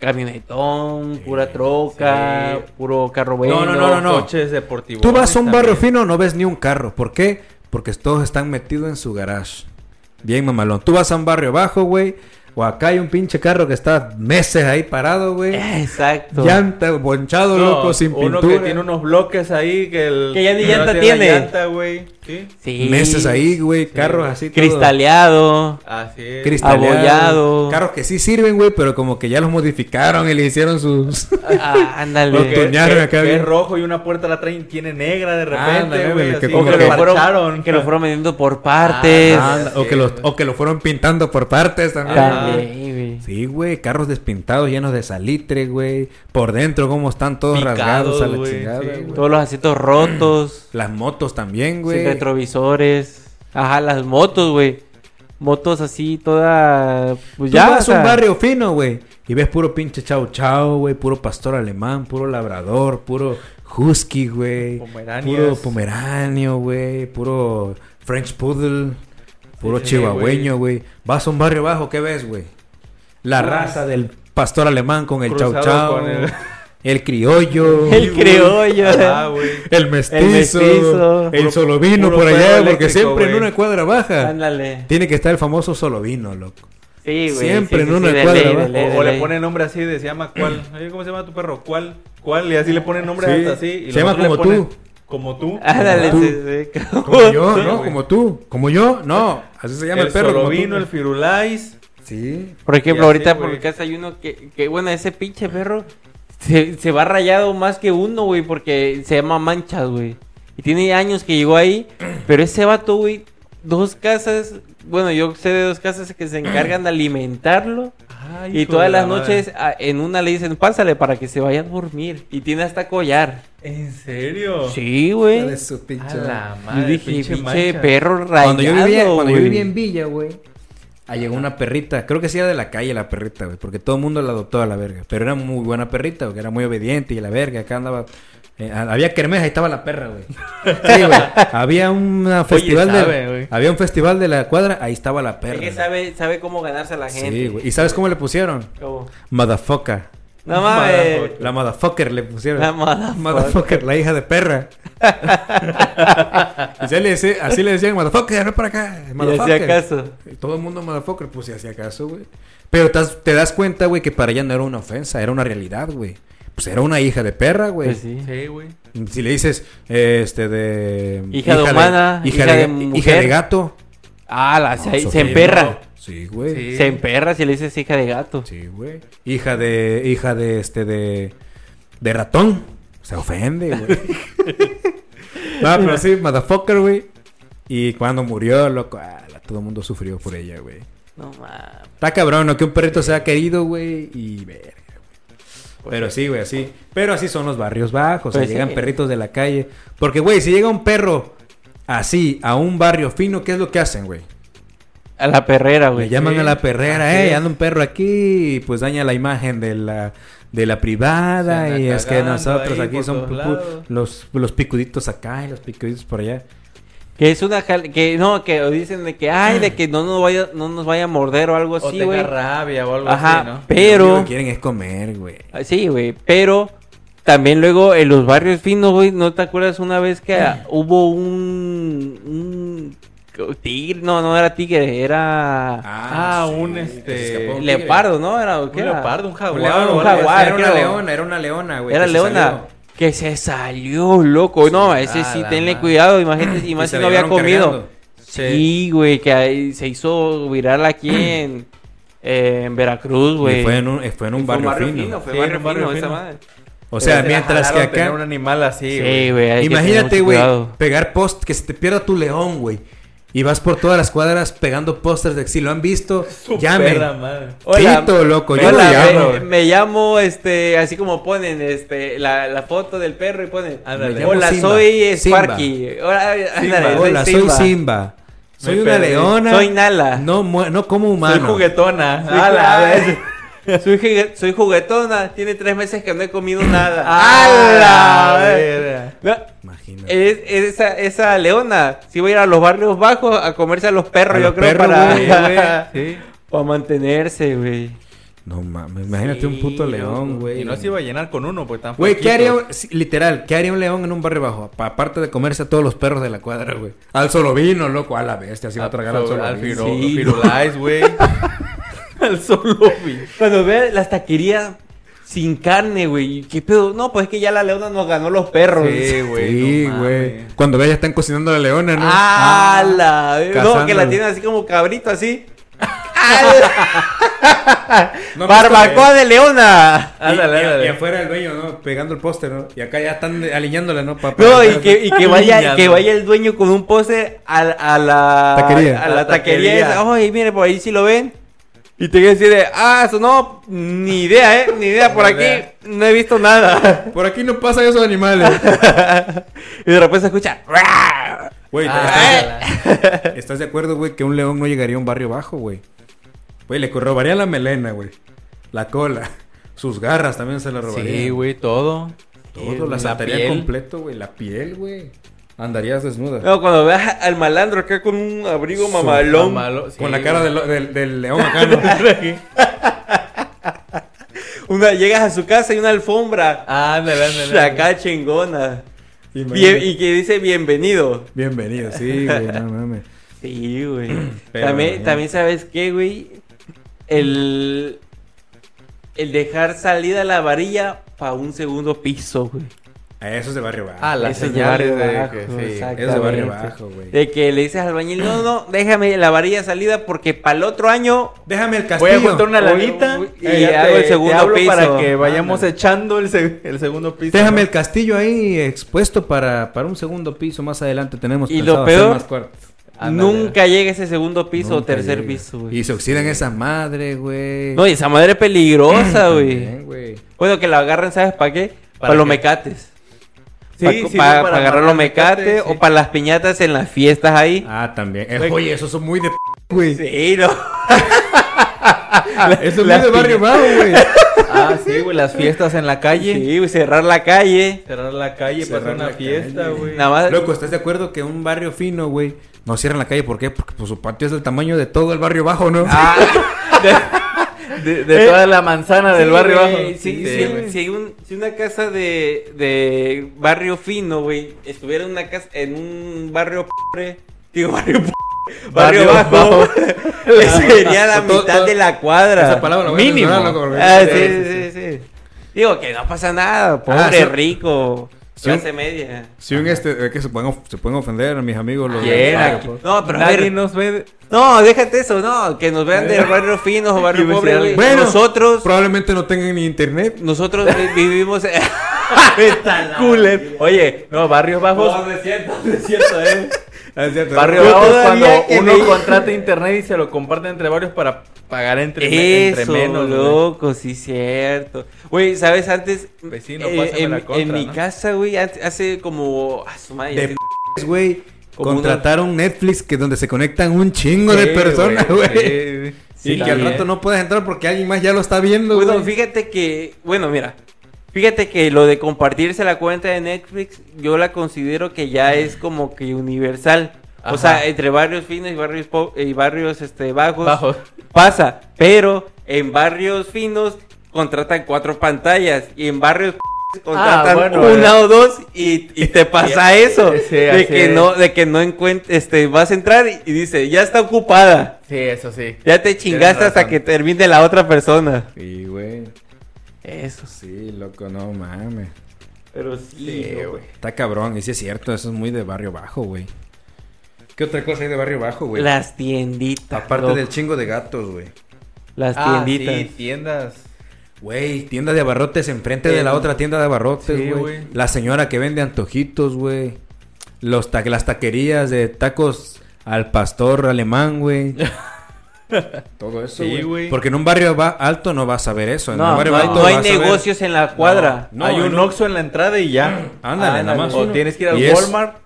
Speaker 4: camionetón, pura troca,
Speaker 2: sí.
Speaker 4: puro carro bueno.
Speaker 5: No, no, no, no, no.
Speaker 2: Coches deportivos.
Speaker 5: Tú vas a un barrio
Speaker 2: también.
Speaker 5: fino, no ves ni un carro. ¿Por qué? Porque todos están metidos en su garage. Bien, mamalón. Tú vas a un barrio bajo, güey. O acá hay un pinche carro que está meses ahí parado, güey.
Speaker 4: Eh, Exacto.
Speaker 5: Llanta, bonchado,
Speaker 2: No,
Speaker 5: loco, sin
Speaker 2: uno
Speaker 5: pintura.
Speaker 2: que tiene unos bloques ahí que el...
Speaker 4: Que ya ni
Speaker 2: no
Speaker 4: llanta tiene.
Speaker 2: llanta, güey. Sí,
Speaker 4: Sí.
Speaker 5: Meses ahí, güey. Carros así. todo
Speaker 4: Cristaleado.
Speaker 2: así es.
Speaker 5: cristaleado,
Speaker 4: abollado.
Speaker 5: Carros que sí sirven, güey, pero como que ya los modificaron y le hicieron sus.
Speaker 4: Ah, ándale.
Speaker 5: Lo que- tunearon acá
Speaker 2: que
Speaker 5: bien.
Speaker 2: es rojo y una puerta la traen tiene negra de
Speaker 5: Ándale,
Speaker 2: repente,
Speaker 5: güey,
Speaker 2: güey.
Speaker 5: que
Speaker 2: así,
Speaker 5: como
Speaker 2: que
Speaker 4: O que,
Speaker 5: que-
Speaker 4: lo fueron,
Speaker 2: parcharon.
Speaker 4: que lo fueron vendiendo por partes.
Speaker 2: Ah,
Speaker 5: o, que los, o que lo fueron pintando por partes también.
Speaker 4: También, güey.
Speaker 5: Sí, güey, carros despintados llenos de salitre, güey. Por dentro, como están todos
Speaker 2: Picados,
Speaker 5: rasgados a la
Speaker 2: güey,
Speaker 5: chingada,
Speaker 2: sí,
Speaker 5: güey.
Speaker 2: güey.
Speaker 4: Todos los asientos rotos.
Speaker 5: Las motos también,
Speaker 4: sin
Speaker 5: güey.
Speaker 4: retrovisores. Ajá, las motos, güey. Motos así, toda. Pues
Speaker 5: Tú
Speaker 4: ya.
Speaker 5: vas
Speaker 4: o
Speaker 5: a un
Speaker 4: sea,
Speaker 5: barrio fino, güey, y ves puro pinche chau chau, güey, puro pastor alemán, puro labrador, puro husky, güey,
Speaker 2: Pomeranias.
Speaker 5: puro pomeranio, güey, puro French poodle, puro
Speaker 2: Sí,
Speaker 5: chihuahueño, güey. Vas a un barrio bajo, ¿qué ves, güey? La raza del pastor alemán con el chau
Speaker 2: Cruzado
Speaker 5: chau,
Speaker 2: con
Speaker 5: el...
Speaker 2: el-
Speaker 5: criollo,
Speaker 4: El criollo.
Speaker 2: Ah, güey.
Speaker 5: el mestizo, el,
Speaker 4: mestizo.
Speaker 5: el
Speaker 2: Puro-
Speaker 5: solovino
Speaker 2: puro
Speaker 5: por allá,
Speaker 2: perro
Speaker 5: porque
Speaker 2: eléctrico,
Speaker 5: siempre en
Speaker 2: güey.
Speaker 5: una cuadra baja
Speaker 4: Ándale.
Speaker 5: tiene que estar el famoso solovino, loco.
Speaker 4: Sí, güey.
Speaker 5: Siempre
Speaker 4: sí,
Speaker 5: en
Speaker 4: sí,
Speaker 5: una
Speaker 4: sí, de
Speaker 5: cuadra,
Speaker 4: ley,
Speaker 5: ¿va?
Speaker 4: de ley,
Speaker 2: O,
Speaker 4: de
Speaker 2: o le
Speaker 4: ley.
Speaker 2: ponen nombre así, de se llama cuál. Oye, ¿Cómo se llama tu perro? ¿Cuál? ¿Cuál? Y así le ponen nombre
Speaker 5: Sí,
Speaker 2: hasta así. y
Speaker 5: se llama
Speaker 2: los otros
Speaker 5: como
Speaker 2: le
Speaker 5: tú.
Speaker 2: ponen Como tú.
Speaker 4: Ándale,
Speaker 5: Tú.
Speaker 4: sí, sí, como-
Speaker 5: Como yo,
Speaker 2: Sí,
Speaker 5: ¿no?
Speaker 2: güey.
Speaker 5: Como tú. Como yo, no. Así se llama el,
Speaker 2: el
Speaker 5: perro. como tú.
Speaker 2: solovino, el firulais.
Speaker 5: Sí.
Speaker 4: Por ejemplo,
Speaker 2: Y así,
Speaker 4: ahorita por
Speaker 2: güey.
Speaker 4: mi casa hay uno que, que, bueno, ese pinche perro se, se va rayado más que uno, güey, porque se llama Manchas, güey. Y tiene años que llegó ahí, pero ese vato, güey, dos casas, bueno, yo sé de dos casas que se encargan de alimentarlo. Y todas las noches a- en una le dicen, pásale para que se vaya a dormir. Y tiene hasta collar.
Speaker 2: ¿En serio?
Speaker 4: Sí, güey.
Speaker 5: Oh. su
Speaker 2: A la
Speaker 4: Yo
Speaker 2: madre.
Speaker 4: dije,
Speaker 2: pinche
Speaker 4: pinche,
Speaker 2: mancha".
Speaker 4: perro rayado,
Speaker 5: Cuando yo vivía, cuando yo
Speaker 4: güey".
Speaker 5: vivía en Villa, güey. Ahí llegó una perrita. Creo que sí era de la calle la perrita, güey. Porque todo el mundo la adoptó a la verga. Pero era muy buena perrita, porque era muy obediente y la verga. Acá andaba. eh, había kermés, ahí estaba la perra, güey. Sí, güey. Había un festival
Speaker 2: sabe,
Speaker 5: de.
Speaker 2: güey.
Speaker 5: Había un festival de la cuadra, ahí estaba la
Speaker 4: Es
Speaker 5: perra.
Speaker 4: que
Speaker 5: güey.
Speaker 4: sabe, sabe cómo ganarse a la gente.
Speaker 5: Sí, güey. ¿Y sabes cómo le pusieron?
Speaker 4: Cómo.
Speaker 5: Motherfucker.
Speaker 4: No mames.
Speaker 5: La motherfucker le pusieron.
Speaker 4: La motherfucker.
Speaker 5: Motherfucker, la hija de perra. Y se le decía- así le decían, motherfucker, ven para acá.
Speaker 4: Y hacía
Speaker 5: Motherfucker.
Speaker 4: caso.
Speaker 5: Todo el mundo motherfucker, pues si hacía caso, güey. Pero tas- te das cuenta, güey, que para ella no era una ofensa, era una realidad, güey. Pues era una hija de perra, güey.
Speaker 4: Pues sí.
Speaker 2: Sí, güey.
Speaker 5: Si le dices, eh, este, de...
Speaker 4: Hija de humana,
Speaker 5: hija,
Speaker 4: hija
Speaker 5: de,
Speaker 4: de
Speaker 5: hija de
Speaker 4: mujer.
Speaker 5: gato.
Speaker 4: Ah, la,
Speaker 5: No,
Speaker 4: se, se
Speaker 5: Sofía, no.
Speaker 4: emperra.
Speaker 5: Sí, güey.
Speaker 2: Sí.
Speaker 4: Se emperra si le dices hija de gato.
Speaker 5: Sí, güey. Hija de. Hija de este de. De ratón. Se ofende, güey. no, pero sí, motherfucker, güey. Y cuando murió, loco, ah, la- todo el mundo sufrió por ella, güey.
Speaker 4: No mames.
Speaker 5: Está cabrón, ¿no? Que un perrito sea querido, güey. Y verga, güey. Pero sí, güey, así. Pero así son los barrios bajos. o sea,
Speaker 4: Pues sí.
Speaker 5: llegan perritos de la calle. Porque, güey, si llega un perro así a un barrio fino, ¿qué es lo que hacen, güey?
Speaker 4: A la perrera, güey.
Speaker 5: Le llaman
Speaker 2: Pues sí,
Speaker 5: a la perrera,
Speaker 2: así
Speaker 5: eh,
Speaker 2: es.
Speaker 5: anda un perro aquí, y pues daña la imagen de la de la
Speaker 2: Se
Speaker 5: privada
Speaker 2: anda
Speaker 5: y es que
Speaker 2: cagando
Speaker 5: nosotros
Speaker 2: ahí
Speaker 5: aquí
Speaker 2: por
Speaker 5: son
Speaker 2: todos
Speaker 5: pu-
Speaker 2: lados.
Speaker 5: los los picuditos acá y los picuditos por allá.
Speaker 4: Que es una jal- que no, que dicen de que ay, de que no nos vaya no nos vaya a morder o algo
Speaker 2: O
Speaker 4: así,
Speaker 2: tenga
Speaker 4: güey.
Speaker 2: rabia o algo
Speaker 4: Ajá,
Speaker 2: así, ¿no?
Speaker 5: Lo
Speaker 4: pero
Speaker 5: que quieren es comer, güey.
Speaker 4: Ah, sí, güey, pero también luego en los barrios finos, güey, ¿no te acuerdas una vez que ah, hubo un un tigre, no, no era tigre, era
Speaker 2: Ah, un, este,
Speaker 5: que se escapó un
Speaker 4: leopardo, ¿no? Era ¿qué
Speaker 2: Un
Speaker 4: era?
Speaker 2: leopardo, un
Speaker 5: tigre.
Speaker 2: jaguar.
Speaker 5: Un león,
Speaker 4: un
Speaker 5: un
Speaker 2: algo así.
Speaker 4: jaguar,
Speaker 5: era una
Speaker 4: creo.
Speaker 5: leona, era una leona, güey.
Speaker 4: Era
Speaker 5: que se
Speaker 4: Leona.
Speaker 5: salió.
Speaker 4: Que se salió, loco. No, ese
Speaker 2: a
Speaker 4: sí,
Speaker 2: la
Speaker 4: tenle
Speaker 2: madre.
Speaker 4: cuidado. Imagínate,
Speaker 5: Y
Speaker 4: y más
Speaker 5: se
Speaker 4: si
Speaker 5: la
Speaker 4: no había
Speaker 5: llevaron
Speaker 4: comido.
Speaker 5: cargando.
Speaker 4: Sí, güey, que ahí se hizo viral aquí en, en Veracruz,
Speaker 5: Y
Speaker 4: güey.
Speaker 5: fue en un, fue en un barrio, fino.
Speaker 4: fue
Speaker 2: Sí,
Speaker 4: barrio
Speaker 2: un barrio
Speaker 4: fino, esa
Speaker 2: fino.
Speaker 4: madre.
Speaker 5: O sea,
Speaker 2: Pero
Speaker 5: mientras
Speaker 2: se
Speaker 5: que
Speaker 2: la jalaron
Speaker 5: acá
Speaker 2: tener un animal así,
Speaker 4: Sí,
Speaker 2: güey.
Speaker 4: güey. hay que tener
Speaker 5: Imagínate,
Speaker 4: mucho
Speaker 5: güey,
Speaker 4: cuidado.
Speaker 5: pegar post, que se te pierda tu león, güey. Y vas por todas las cuadras pegando pósters de si lo han visto,
Speaker 2: Su
Speaker 5: llamen.
Speaker 2: perra madre.
Speaker 4: Hola,
Speaker 5: Pito, loco, Pues yo
Speaker 4: hola,
Speaker 5: lo llamo.
Speaker 4: me, me llamo, este, así como ponen, este, la, la foto del perro y ponen,
Speaker 2: Ándale.
Speaker 5: Me llamo
Speaker 4: hola,
Speaker 5: Simba.
Speaker 4: soy
Speaker 5: Simba.
Speaker 4: Sparky, hola, ándale,
Speaker 5: Hola, soy
Speaker 4: Simba.
Speaker 5: Simba. Soy
Speaker 2: Me
Speaker 5: una
Speaker 2: perdí.
Speaker 5: leona.
Speaker 4: Soy Nala.
Speaker 5: No, mu- no como
Speaker 2: Soy
Speaker 5: humano.
Speaker 2: juguetona.
Speaker 4: Soy
Speaker 2: A la vez.
Speaker 4: juguet- soy, jugue- soy juguetona, tiene tres meses que no he comido nada.
Speaker 2: A la
Speaker 4: vez!
Speaker 2: verga.
Speaker 4: No,
Speaker 5: Imagínate.
Speaker 4: es, es esa, esa leona, si voy a ir a los barrios bajos a comerse a los perros,
Speaker 5: A
Speaker 4: yo
Speaker 5: los
Speaker 4: creo,
Speaker 5: perros, güey,
Speaker 4: para,
Speaker 2: Sí.
Speaker 4: para mantenerse, güey.
Speaker 5: No mames, imagínate un
Speaker 4: Sí,
Speaker 5: puto
Speaker 4: loco.
Speaker 5: león, güey.
Speaker 2: Y no se iba a llenar con uno, pues tan
Speaker 5: Güey, ¿qué
Speaker 2: flaquito.
Speaker 5: haría, un- sí, literal, qué haría un león en un barrio bajo? Pa- Aparte de comerse a todos los perros de la cuadra, güey. Al solovino, loco, a la bestia, así va a tragar al
Speaker 2: Sobre- al
Speaker 5: solovino.
Speaker 2: firo-
Speaker 4: Sí.
Speaker 2: firulais, güey. al solo
Speaker 4: Cuando ve las taquerías, sin carne, güey. ¿Qué pedo? No, pues es que ya la leona nos ganó los perros.
Speaker 2: Sí, güey.
Speaker 5: Sí,
Speaker 2: no
Speaker 5: güey.
Speaker 2: mames.
Speaker 5: Cuando ve ya están cocinando a la leona, ¿no?
Speaker 4: ¡Ah, la! No, que
Speaker 5: cazándolo.
Speaker 4: la tienen así como cabrito, así.
Speaker 5: No,
Speaker 4: ¡Barbacoa de leona!
Speaker 5: Y,
Speaker 2: Ándale,
Speaker 5: y-
Speaker 2: ándale.
Speaker 5: y afuera el dueño, ¿no? Pegando el póster, ¿no? Y acá ya están alineándola, ¿no? Pa-
Speaker 4: No,
Speaker 5: para-
Speaker 4: y que, y que vaya,
Speaker 2: Niña,
Speaker 4: que
Speaker 2: no.
Speaker 4: vaya el dueño con un pose a, a la
Speaker 5: Taquería.
Speaker 4: A la
Speaker 2: La taquería.
Speaker 4: taquería. esa. Ay, mire, por ahí sí lo ven. Y te quiere decir de, ah, eso no, ni idea, eh, ni idea, por
Speaker 5: Ni
Speaker 4: aquí
Speaker 5: idea.
Speaker 4: no he visto nada.
Speaker 5: Por aquí no pasan esos animales.
Speaker 4: Y de repente se escucha, "Rar".
Speaker 5: Güey, eh.
Speaker 4: Ah,
Speaker 5: ¿estás, estás de acuerdo, güey, que un león no llegaría a un barrio bajo, güey? Güey, le robaría la melena, güey. La cola. Sus garras también se la robarían.
Speaker 2: Sí, güey, todo.
Speaker 5: Todo, la
Speaker 2: La
Speaker 5: saltaría
Speaker 2: piel.
Speaker 5: completo, güey. La piel, güey. Andarías desnuda.
Speaker 4: No, cuando veas al malandro acá con un abrigo
Speaker 5: Su
Speaker 4: mamalón.
Speaker 2: Malo- sí,
Speaker 5: Con la cara
Speaker 2: güey.
Speaker 5: del, del- del león acá, ¿no?
Speaker 4: Una, llegas a su casa y una alfombra.
Speaker 2: Ah, ándale, ándale.
Speaker 4: acá chingona. Bien-
Speaker 5: Imagínate.
Speaker 4: y que dice bienvenido.
Speaker 5: Bienvenido, sí, güey. No mames.
Speaker 4: Sí, güey.
Speaker 5: Pero,
Speaker 4: también,
Speaker 5: güey.
Speaker 4: también sabes qué, güey. El, el dejar salida la varilla para un segundo piso, güey.
Speaker 5: Eso es de barrio bajo.
Speaker 2: Ah, las
Speaker 4: Eso es de
Speaker 2: señales
Speaker 4: barrio
Speaker 2: de
Speaker 4: bajo,
Speaker 2: que sí.
Speaker 4: exacto.
Speaker 5: es de barrio
Speaker 4: exactamente.
Speaker 5: bajo, güey.
Speaker 4: De que le dices al bañil, no, no, déjame la varilla salida porque para el otro año
Speaker 5: Déjame el
Speaker 2: Voy a
Speaker 5: castillo.
Speaker 2: juntar una lanita
Speaker 4: Uy,
Speaker 2: y
Speaker 4: uy, y
Speaker 2: ya
Speaker 4: hago
Speaker 2: te,
Speaker 4: el
Speaker 2: te
Speaker 4: segundo
Speaker 2: hablo
Speaker 4: piso.
Speaker 2: para que vayamos
Speaker 5: Ándale.
Speaker 2: echando el, se- el segundo piso.
Speaker 5: Déjame
Speaker 2: ¿no?
Speaker 5: el castillo ahí expuesto para, para un segundo piso. Más adelante tenemos
Speaker 4: Y
Speaker 5: pensado
Speaker 4: lo
Speaker 5: hacer
Speaker 4: peor-
Speaker 5: más cuartos.
Speaker 2: Ándale.
Speaker 4: nunca llega ese segundo piso o
Speaker 5: Nunca
Speaker 4: tercer
Speaker 5: llega.
Speaker 4: piso, güey.
Speaker 5: Y se oxidan esa madre, güey.
Speaker 4: No, y esa madre es peligrosa, güey.
Speaker 5: También, güey.
Speaker 4: Bueno, que la agarren, ¿sabes para qué? Para,
Speaker 2: ¿Para
Speaker 4: los
Speaker 2: qué?
Speaker 4: mecates.
Speaker 2: Sí,
Speaker 4: Pa-
Speaker 2: sí,
Speaker 4: pa-
Speaker 2: no,
Speaker 4: para agarrar
Speaker 2: amarrar
Speaker 4: los mecates
Speaker 2: mecate,
Speaker 4: o
Speaker 2: sí.
Speaker 4: para las piñatas en las fiestas ahí.
Speaker 5: Ah, también. Eh, oye, esos son muy de p, güey.
Speaker 4: Sí, no.
Speaker 5: Eso es muy
Speaker 4: las
Speaker 5: de barrio bajo, güey.
Speaker 2: Ah, sí, güey, las fiestas en la calle.
Speaker 4: Sí, güey, cerrar la calle.
Speaker 2: Cerrar la calle,
Speaker 5: Cerrar
Speaker 2: pasar una
Speaker 5: la
Speaker 2: fiesta,
Speaker 5: calle.
Speaker 2: güey.
Speaker 4: Nada más.
Speaker 5: Loco, ¿estás de acuerdo que un barrio fino, güey, no cierran la calle? ¿Por qué? Porque pues, su patio es del tamaño de todo el barrio bajo, ¿no?
Speaker 2: De, de toda la manzana del
Speaker 4: Sí,
Speaker 2: barrio
Speaker 4: güey,
Speaker 2: bajo.
Speaker 4: sí, sí,
Speaker 2: güey.
Speaker 4: si, hay un- si una casa de, de barrio fino, güey, estuviera en una casa en un barrio pobre, digo barrio pobre, barrio,
Speaker 2: Barrio
Speaker 4: bajo,
Speaker 2: bajo.
Speaker 4: sería la
Speaker 5: Todo-
Speaker 4: mitad
Speaker 5: todo-
Speaker 4: de la cuadra.
Speaker 5: esa palabra la voy a
Speaker 4: mínimo.
Speaker 5: censurar, loco, porque-
Speaker 4: Ah, sí,
Speaker 5: Sí,
Speaker 4: sí, sí, sí. Digo que no pasa nada, pobre,
Speaker 5: sí.
Speaker 4: rico,
Speaker 5: Sí, un-
Speaker 4: clase media.
Speaker 5: Si un este, es que se pueden, of- se pueden ofender mis amigos. Los
Speaker 2: Bien,
Speaker 5: del barrio,
Speaker 2: aquí-
Speaker 5: pues.
Speaker 4: No, pero a
Speaker 2: Nadie
Speaker 4: ver,
Speaker 2: nos ve. de- Eh.
Speaker 4: no, déjate eso, no, que nos vean de barrio fino o barrio
Speaker 2: Iba a
Speaker 4: pobre,
Speaker 2: decir
Speaker 4: güey.
Speaker 2: algo.
Speaker 5: Bueno,
Speaker 4: nosotros,
Speaker 5: Probablemente no tengan ni internet.
Speaker 4: nosotros vi- vivimos...
Speaker 2: Cooler. Oye, no, barrios bajos.
Speaker 4: No, no es cierto, no es cierto, eh.
Speaker 5: Ah, es cierto,
Speaker 2: Barrio
Speaker 5: ¿no?
Speaker 4: Yo
Speaker 2: Bajo es
Speaker 4: todavía
Speaker 2: cuando
Speaker 4: que
Speaker 2: uno
Speaker 4: me-
Speaker 2: contrata internet y se lo comparte entre varios para pagar entre, me-
Speaker 4: Eso,
Speaker 2: entre menos. güey.
Speaker 4: loco, sí, cierto. Güey, ¿sabes? Antes,
Speaker 2: Vecino,
Speaker 4: eh,
Speaker 2: pásame
Speaker 4: en,
Speaker 2: la contra,
Speaker 4: en mi
Speaker 2: ¿no?
Speaker 4: casa, güey, hace hace como... ah, su madre,
Speaker 5: De
Speaker 4: sí.
Speaker 5: p***s, güey.
Speaker 4: Como una-
Speaker 5: Contrataron Netflix que donde se conectan un chingo de
Speaker 2: Sí,
Speaker 5: personas, güey.
Speaker 2: sí, sí.
Speaker 5: y que al rato no puedes entrar porque alguien más ya lo está viendo,
Speaker 4: Bueno,
Speaker 5: güey.
Speaker 4: fíjate que... Bueno, mira. Fíjate que lo de compartirse la cuenta de Netflix, yo la considero que ya es como que universal. O
Speaker 2: Ajá.
Speaker 4: sea, entre barrios finos y barrios, po- y barrios este, bajos,
Speaker 2: Bajos.
Speaker 4: pasa. Pero en barrios finos contratan cuatro pantallas y en barrios p- contratan
Speaker 2: Ah, bueno,
Speaker 4: una
Speaker 2: eh.
Speaker 4: o dos y, y te pasa eso.
Speaker 2: sí,
Speaker 4: de,
Speaker 2: así
Speaker 4: que
Speaker 2: es.
Speaker 4: no, de que no encuent- este, vas a entrar y, y dice, ya está ocupada.
Speaker 2: Sí, eso sí.
Speaker 4: Ya te chingaste hasta
Speaker 2: razón.
Speaker 4: que termine la otra persona.
Speaker 5: Sí, güey.
Speaker 4: Eso sí.
Speaker 5: Sí, loco, no mames.
Speaker 4: Pero sí,
Speaker 2: Sí, güey.
Speaker 5: Está cabrón, y sí es cierto, eso es muy de barrio bajo, güey. ¿Qué otra cosa hay de barrio bajo, güey?
Speaker 4: Las tienditas.
Speaker 5: Aparte
Speaker 4: loco.
Speaker 5: del chingo de gatos, güey.
Speaker 4: Las
Speaker 2: Ah,
Speaker 4: tienditas.
Speaker 2: sí, tiendas.
Speaker 5: Güey, tienda de abarrotes enfrente
Speaker 2: Sí,
Speaker 5: de la
Speaker 2: no.
Speaker 5: otra tienda de abarrotes,
Speaker 2: Sí,
Speaker 5: güey.
Speaker 2: güey.
Speaker 5: la señora que vende antojitos, güey. Los ta- las taquerías de tacos al pastor alemán, güey. Todo eso,
Speaker 2: Sí, güey.
Speaker 5: Porque en un barrio ba- alto no vas a ver eso. En
Speaker 4: No,
Speaker 5: un barrio
Speaker 4: no hay-
Speaker 5: alto
Speaker 4: no hay
Speaker 5: vas a ver-
Speaker 4: negocios en la cuadra.
Speaker 5: No,
Speaker 2: Hay un
Speaker 5: no.
Speaker 2: Oxxo en la entrada y ya. Ah,
Speaker 5: Ándale, nada más
Speaker 2: O
Speaker 5: uno.
Speaker 2: tienes que ir al
Speaker 5: Y es-
Speaker 2: Walmart.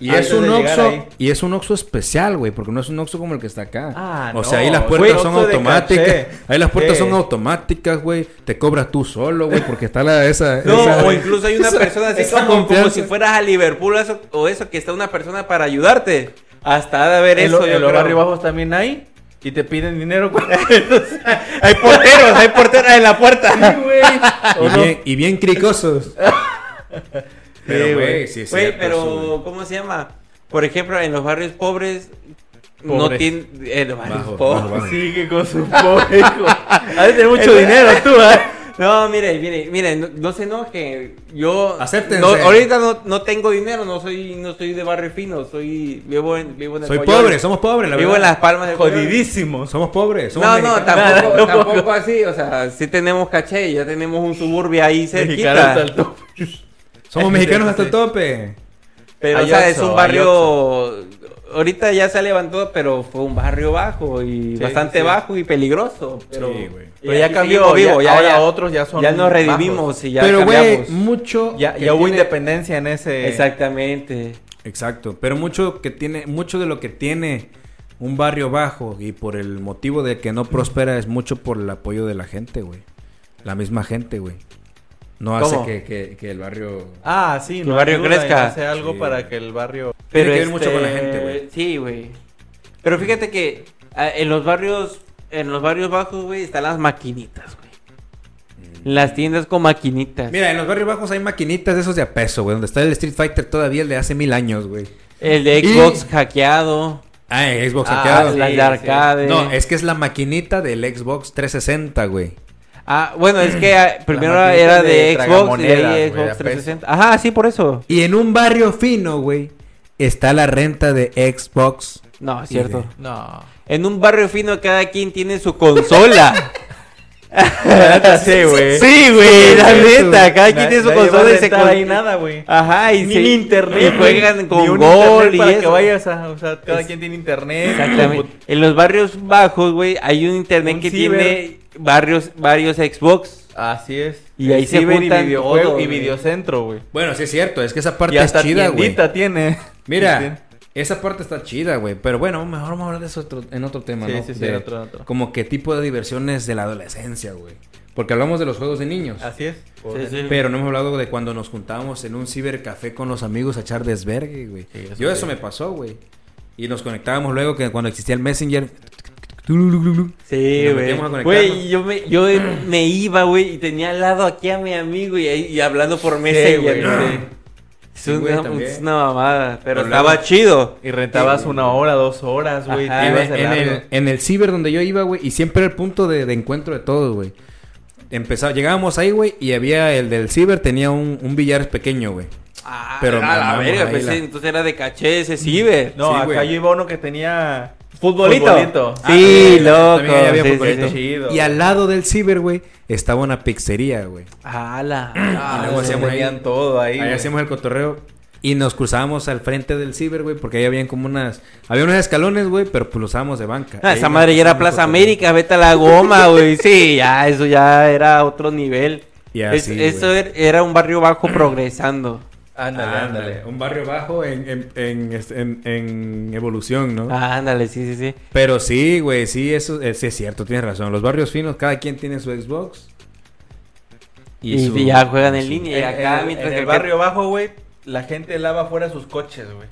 Speaker 5: Y
Speaker 2: antes
Speaker 5: es un
Speaker 2: de llegar
Speaker 5: Oxxo,
Speaker 2: ahí.
Speaker 5: y es un Oxxo especial, güey, porque no es un Oxxo como el que está acá.
Speaker 2: Ah,
Speaker 5: o sea,
Speaker 2: no,
Speaker 5: ahí las
Speaker 2: es
Speaker 5: puertas
Speaker 2: un
Speaker 5: son
Speaker 2: Oxxo de
Speaker 5: automáticas.
Speaker 2: caché.
Speaker 5: Ahí las puertas
Speaker 2: Sí.
Speaker 4: Eh.
Speaker 5: son automáticas, güey. Te cobras tú solo, güey, porque está la esa
Speaker 4: No,
Speaker 5: esa-
Speaker 4: o incluso hay una
Speaker 5: esa-
Speaker 4: persona así
Speaker 5: esa
Speaker 4: como, como
Speaker 5: confianza.
Speaker 4: si fueras a Liverpool eso- o eso, que está una persona para ayudarte. Hasta ha de haber
Speaker 2: En,
Speaker 4: eso.
Speaker 2: lo-
Speaker 4: yo
Speaker 2: en los
Speaker 4: creo.
Speaker 2: barrios bajos también hay. Y te piden dinero. güey.
Speaker 4: Hay porteros, hay porteros en la puerta.
Speaker 5: Y bien, y bien cricosos.
Speaker 2: Sí,
Speaker 5: pero, güey,
Speaker 2: güey.
Speaker 5: sí, es
Speaker 4: Güey,
Speaker 5: cierto eso, güey.
Speaker 4: pero ¿cómo se llama? Por ejemplo, en los barrios pobres, no
Speaker 2: Pobres.
Speaker 4: tienen. En los barrios
Speaker 5: Bajo,
Speaker 2: Pues
Speaker 4: pobres.
Speaker 5: bajo, bajo.
Speaker 2: Sigue con su pobre hijo. A veces mucho dinero tú, ¿eh?
Speaker 4: No, mire, mire, mire, no, no se enoje. Yo.
Speaker 5: Acéptense.
Speaker 4: No, ahorita no, no tengo dinero, no soy, no soy de barrio fino, soy. Vivo en. Vivo en el
Speaker 5: Soy
Speaker 4: Coyol.
Speaker 5: pobre, somos pobres, la
Speaker 4: Vivo en las
Speaker 5: verdad.
Speaker 4: palmas de Coyol.
Speaker 5: Somos pobres. somos
Speaker 4: No, no,
Speaker 5: mexicanos.
Speaker 4: tampoco, tampoco así. O sea, sí tenemos caché, ya tenemos un suburbio ahí
Speaker 2: Mexicanos al
Speaker 4: cerquita.
Speaker 2: tope.
Speaker 5: Somos mexicanos hasta el
Speaker 2: Sí.
Speaker 5: tope.
Speaker 4: Pero,
Speaker 2: Hay
Speaker 4: o sea,
Speaker 2: Oxxo,
Speaker 4: es un
Speaker 2: hay
Speaker 4: barrio. Ahorita ya se levantó, pero fue un barrio bajo y
Speaker 2: Sí,
Speaker 4: bastante
Speaker 2: sí.
Speaker 4: bajo y peligroso. Pero,
Speaker 5: Sí, güey.
Speaker 2: Pero ya
Speaker 4: aquí
Speaker 2: cambió,
Speaker 4: seguimos
Speaker 2: ya,
Speaker 4: vivos, ya,
Speaker 2: ahora
Speaker 4: ya,
Speaker 2: otros ya son
Speaker 4: ya nos
Speaker 2: bajos.
Speaker 4: redimimos y ya
Speaker 5: Pero, güey,
Speaker 4: cambiamos.
Speaker 5: mucho.
Speaker 2: Ya,
Speaker 5: que
Speaker 2: ya hubo
Speaker 5: tiene-
Speaker 2: independencia en ese...
Speaker 4: Exactamente.
Speaker 5: Exacto, pero mucho que tiene, mucho de lo que tiene un barrio bajo y por el motivo de que no prospera es mucho por el apoyo de la gente, güey. La misma gente, güey. No hace
Speaker 4: ¿Cómo?
Speaker 5: que, que- que el barrio.
Speaker 2: Ah, sí.
Speaker 4: el barrio
Speaker 2: ayuda y
Speaker 4: crezca.
Speaker 2: Hace algo
Speaker 5: Sí.
Speaker 2: para que el barrio...
Speaker 5: Tiene que ver mucho con la gente, güey.
Speaker 4: este, Sí, güey. Pero fíjate que ah, en los barrios, en los barrios bajos, güey, están las maquinitas, güey. Las tiendas con maquinitas.
Speaker 5: Mira, en los barrios bajos hay maquinitas de esos de a peso, güey. Donde está el Street Fighter todavía el de hace mil años, güey.
Speaker 4: El de
Speaker 5: Y-
Speaker 4: Xbox hackeado.
Speaker 5: Ah, en Xbox
Speaker 2: Ah,
Speaker 5: hackeado.
Speaker 4: las
Speaker 2: sí,
Speaker 4: de arcade.
Speaker 5: No, es que es la maquinita del Xbox 360, güey.
Speaker 4: Ah, bueno, es que ah, primero
Speaker 2: maquinita
Speaker 4: era
Speaker 2: de
Speaker 4: de, Xbox y de
Speaker 2: tragamonedas,
Speaker 4: ahí
Speaker 2: güey, a
Speaker 4: Xbox
Speaker 2: peso.
Speaker 4: 360. Ajá, sí, por eso.
Speaker 5: Y en un barrio fino, güey, está la renta de Xbox.
Speaker 4: No, es cierto.
Speaker 5: Sí,
Speaker 2: No.
Speaker 4: En un barrio fino cada quien tiene su consola.
Speaker 2: sí, güey.
Speaker 4: sí, güey, la
Speaker 5: cierto,
Speaker 4: neta, cada
Speaker 2: Nadie-
Speaker 4: quien tiene su
Speaker 2: nadie va a
Speaker 4: consola y se
Speaker 2: rentar
Speaker 4: con-
Speaker 2: ahí nada, güey.
Speaker 4: Ajá, y
Speaker 2: Ni
Speaker 4: se-
Speaker 2: internet.
Speaker 4: y
Speaker 2: güey.
Speaker 4: juegan
Speaker 2: Ni
Speaker 4: con
Speaker 2: un
Speaker 4: gol
Speaker 2: internet
Speaker 4: y
Speaker 2: para que
Speaker 4: eso.
Speaker 2: vayas a... O sea, cada quien tiene internet.
Speaker 4: Exactamente. En los barrios bajos, güey, hay un internet
Speaker 2: Un
Speaker 4: que
Speaker 2: ciber.
Speaker 4: tiene varios, varios Xbox.
Speaker 2: Así es.
Speaker 4: Y ahí se
Speaker 2: ciber
Speaker 4: juntan
Speaker 2: y videojuego
Speaker 4: todo,
Speaker 2: y
Speaker 4: güey.
Speaker 2: videocentro, güey.
Speaker 5: Bueno, sí es cierto, es que esa parte
Speaker 2: Y hasta
Speaker 5: es chida, güey.
Speaker 2: tiendita tiene.
Speaker 5: Mira, esa parte está chida, güey. Pero bueno, mejor vamos a hablar de eso otro- en otro tema,
Speaker 2: Sí,
Speaker 5: ¿no?
Speaker 2: sí, sí,
Speaker 5: De-
Speaker 2: en otro- en otro.
Speaker 5: Como qué tipo de diversiones de la adolescencia, güey. Porque hablamos de los juegos de niños.
Speaker 2: Así es.
Speaker 5: Pero no hemos hablado de cuando nos juntábamos en un cibercafé con los amigos a echar desvergue, güey.
Speaker 2: Sí, eso
Speaker 5: Yo
Speaker 2: sí.
Speaker 5: eso me pasó, güey. Y nos conectábamos luego que cuando existía el Messenger.
Speaker 2: Ah,
Speaker 4: Sí,
Speaker 5: Nos
Speaker 4: güey.
Speaker 5: metíamos a
Speaker 4: Güey,
Speaker 5: conectarnos.
Speaker 4: yo me, yo me iba, güey, y tenía al lado aquí a mi amigo y, ahí- y hablando por
Speaker 2: Sí, güey.
Speaker 4: Messenger.
Speaker 2: sí.
Speaker 4: Es,
Speaker 5: Sí,
Speaker 4: una,
Speaker 5: güey, también.
Speaker 4: es una mamada, pero
Speaker 5: Pero
Speaker 4: estaba
Speaker 5: luego-
Speaker 4: chido.
Speaker 2: Y rentabas una hora, dos horas, güey.
Speaker 4: Ajá.
Speaker 2: te
Speaker 5: en,
Speaker 2: ibas
Speaker 5: el,
Speaker 2: de
Speaker 5: en el-
Speaker 2: largo.
Speaker 5: en el ciber donde yo iba, güey, y siempre era el punto de, de encuentro de todos, güey. Empezaba, llegábamos ahí, güey, y había el del ciber, tenía un, un billar pequeño, güey.
Speaker 4: Ah,
Speaker 5: Pero
Speaker 4: a la
Speaker 5: mamamos
Speaker 4: verga,
Speaker 5: ahí
Speaker 4: pues,
Speaker 5: la-
Speaker 4: entonces era de caché ese ciber.
Speaker 2: No,
Speaker 5: Sí,
Speaker 2: acá
Speaker 5: güey.
Speaker 2: yo iba uno que tenía...
Speaker 4: Futbolito.
Speaker 2: Futbolito.
Speaker 4: Ah, Sí,
Speaker 5: también,
Speaker 4: loco.
Speaker 5: también ahí había
Speaker 4: sí, sí,
Speaker 5: futbolito.
Speaker 4: sí.
Speaker 2: Chido.
Speaker 5: Y al lado del ciber, güey, estaba una pizzería, güey.
Speaker 4: Ala.
Speaker 2: Ah,
Speaker 5: luego
Speaker 2: se
Speaker 5: hacíamos ahí-
Speaker 2: metían todo ahí.
Speaker 5: Ahí
Speaker 2: güey.
Speaker 5: hacíamos el cotorreo y nos cruzábamos al frente del ciber, güey, porque ahí habían como unas... Había unos escalones, güey, pero pues los usábamos de banca.
Speaker 4: Ah,
Speaker 5: Ahí
Speaker 4: esa
Speaker 5: nos
Speaker 4: madre ya era
Speaker 5: cruzábamos
Speaker 4: Plaza
Speaker 5: el cotorreo.
Speaker 4: América, vete a la goma, güey. Sí, ya, eso ya era otro nivel.
Speaker 5: Y
Speaker 4: Es-
Speaker 5: así,
Speaker 4: eso
Speaker 5: güey.
Speaker 4: er- era un barrio bajo progresando.
Speaker 2: Ándale,
Speaker 5: Ah,
Speaker 2: ándale.
Speaker 5: Un barrio bajo en, en, en, este- en- en evolución, ¿no?
Speaker 4: Ah, ándale, sí, sí, sí.
Speaker 5: Pero sí, güey, sí, eso eh, sí es cierto, tienes razón. Los barrios finos, cada quien tiene su Xbox.
Speaker 4: Y, ya juegan en
Speaker 5: su-
Speaker 4: línea. Y
Speaker 2: En-
Speaker 4: acá,
Speaker 2: en,
Speaker 4: mientras
Speaker 2: en
Speaker 4: que
Speaker 2: el
Speaker 4: acá-
Speaker 2: barrio bajo, güey, la gente lava afuera sus coches, güey.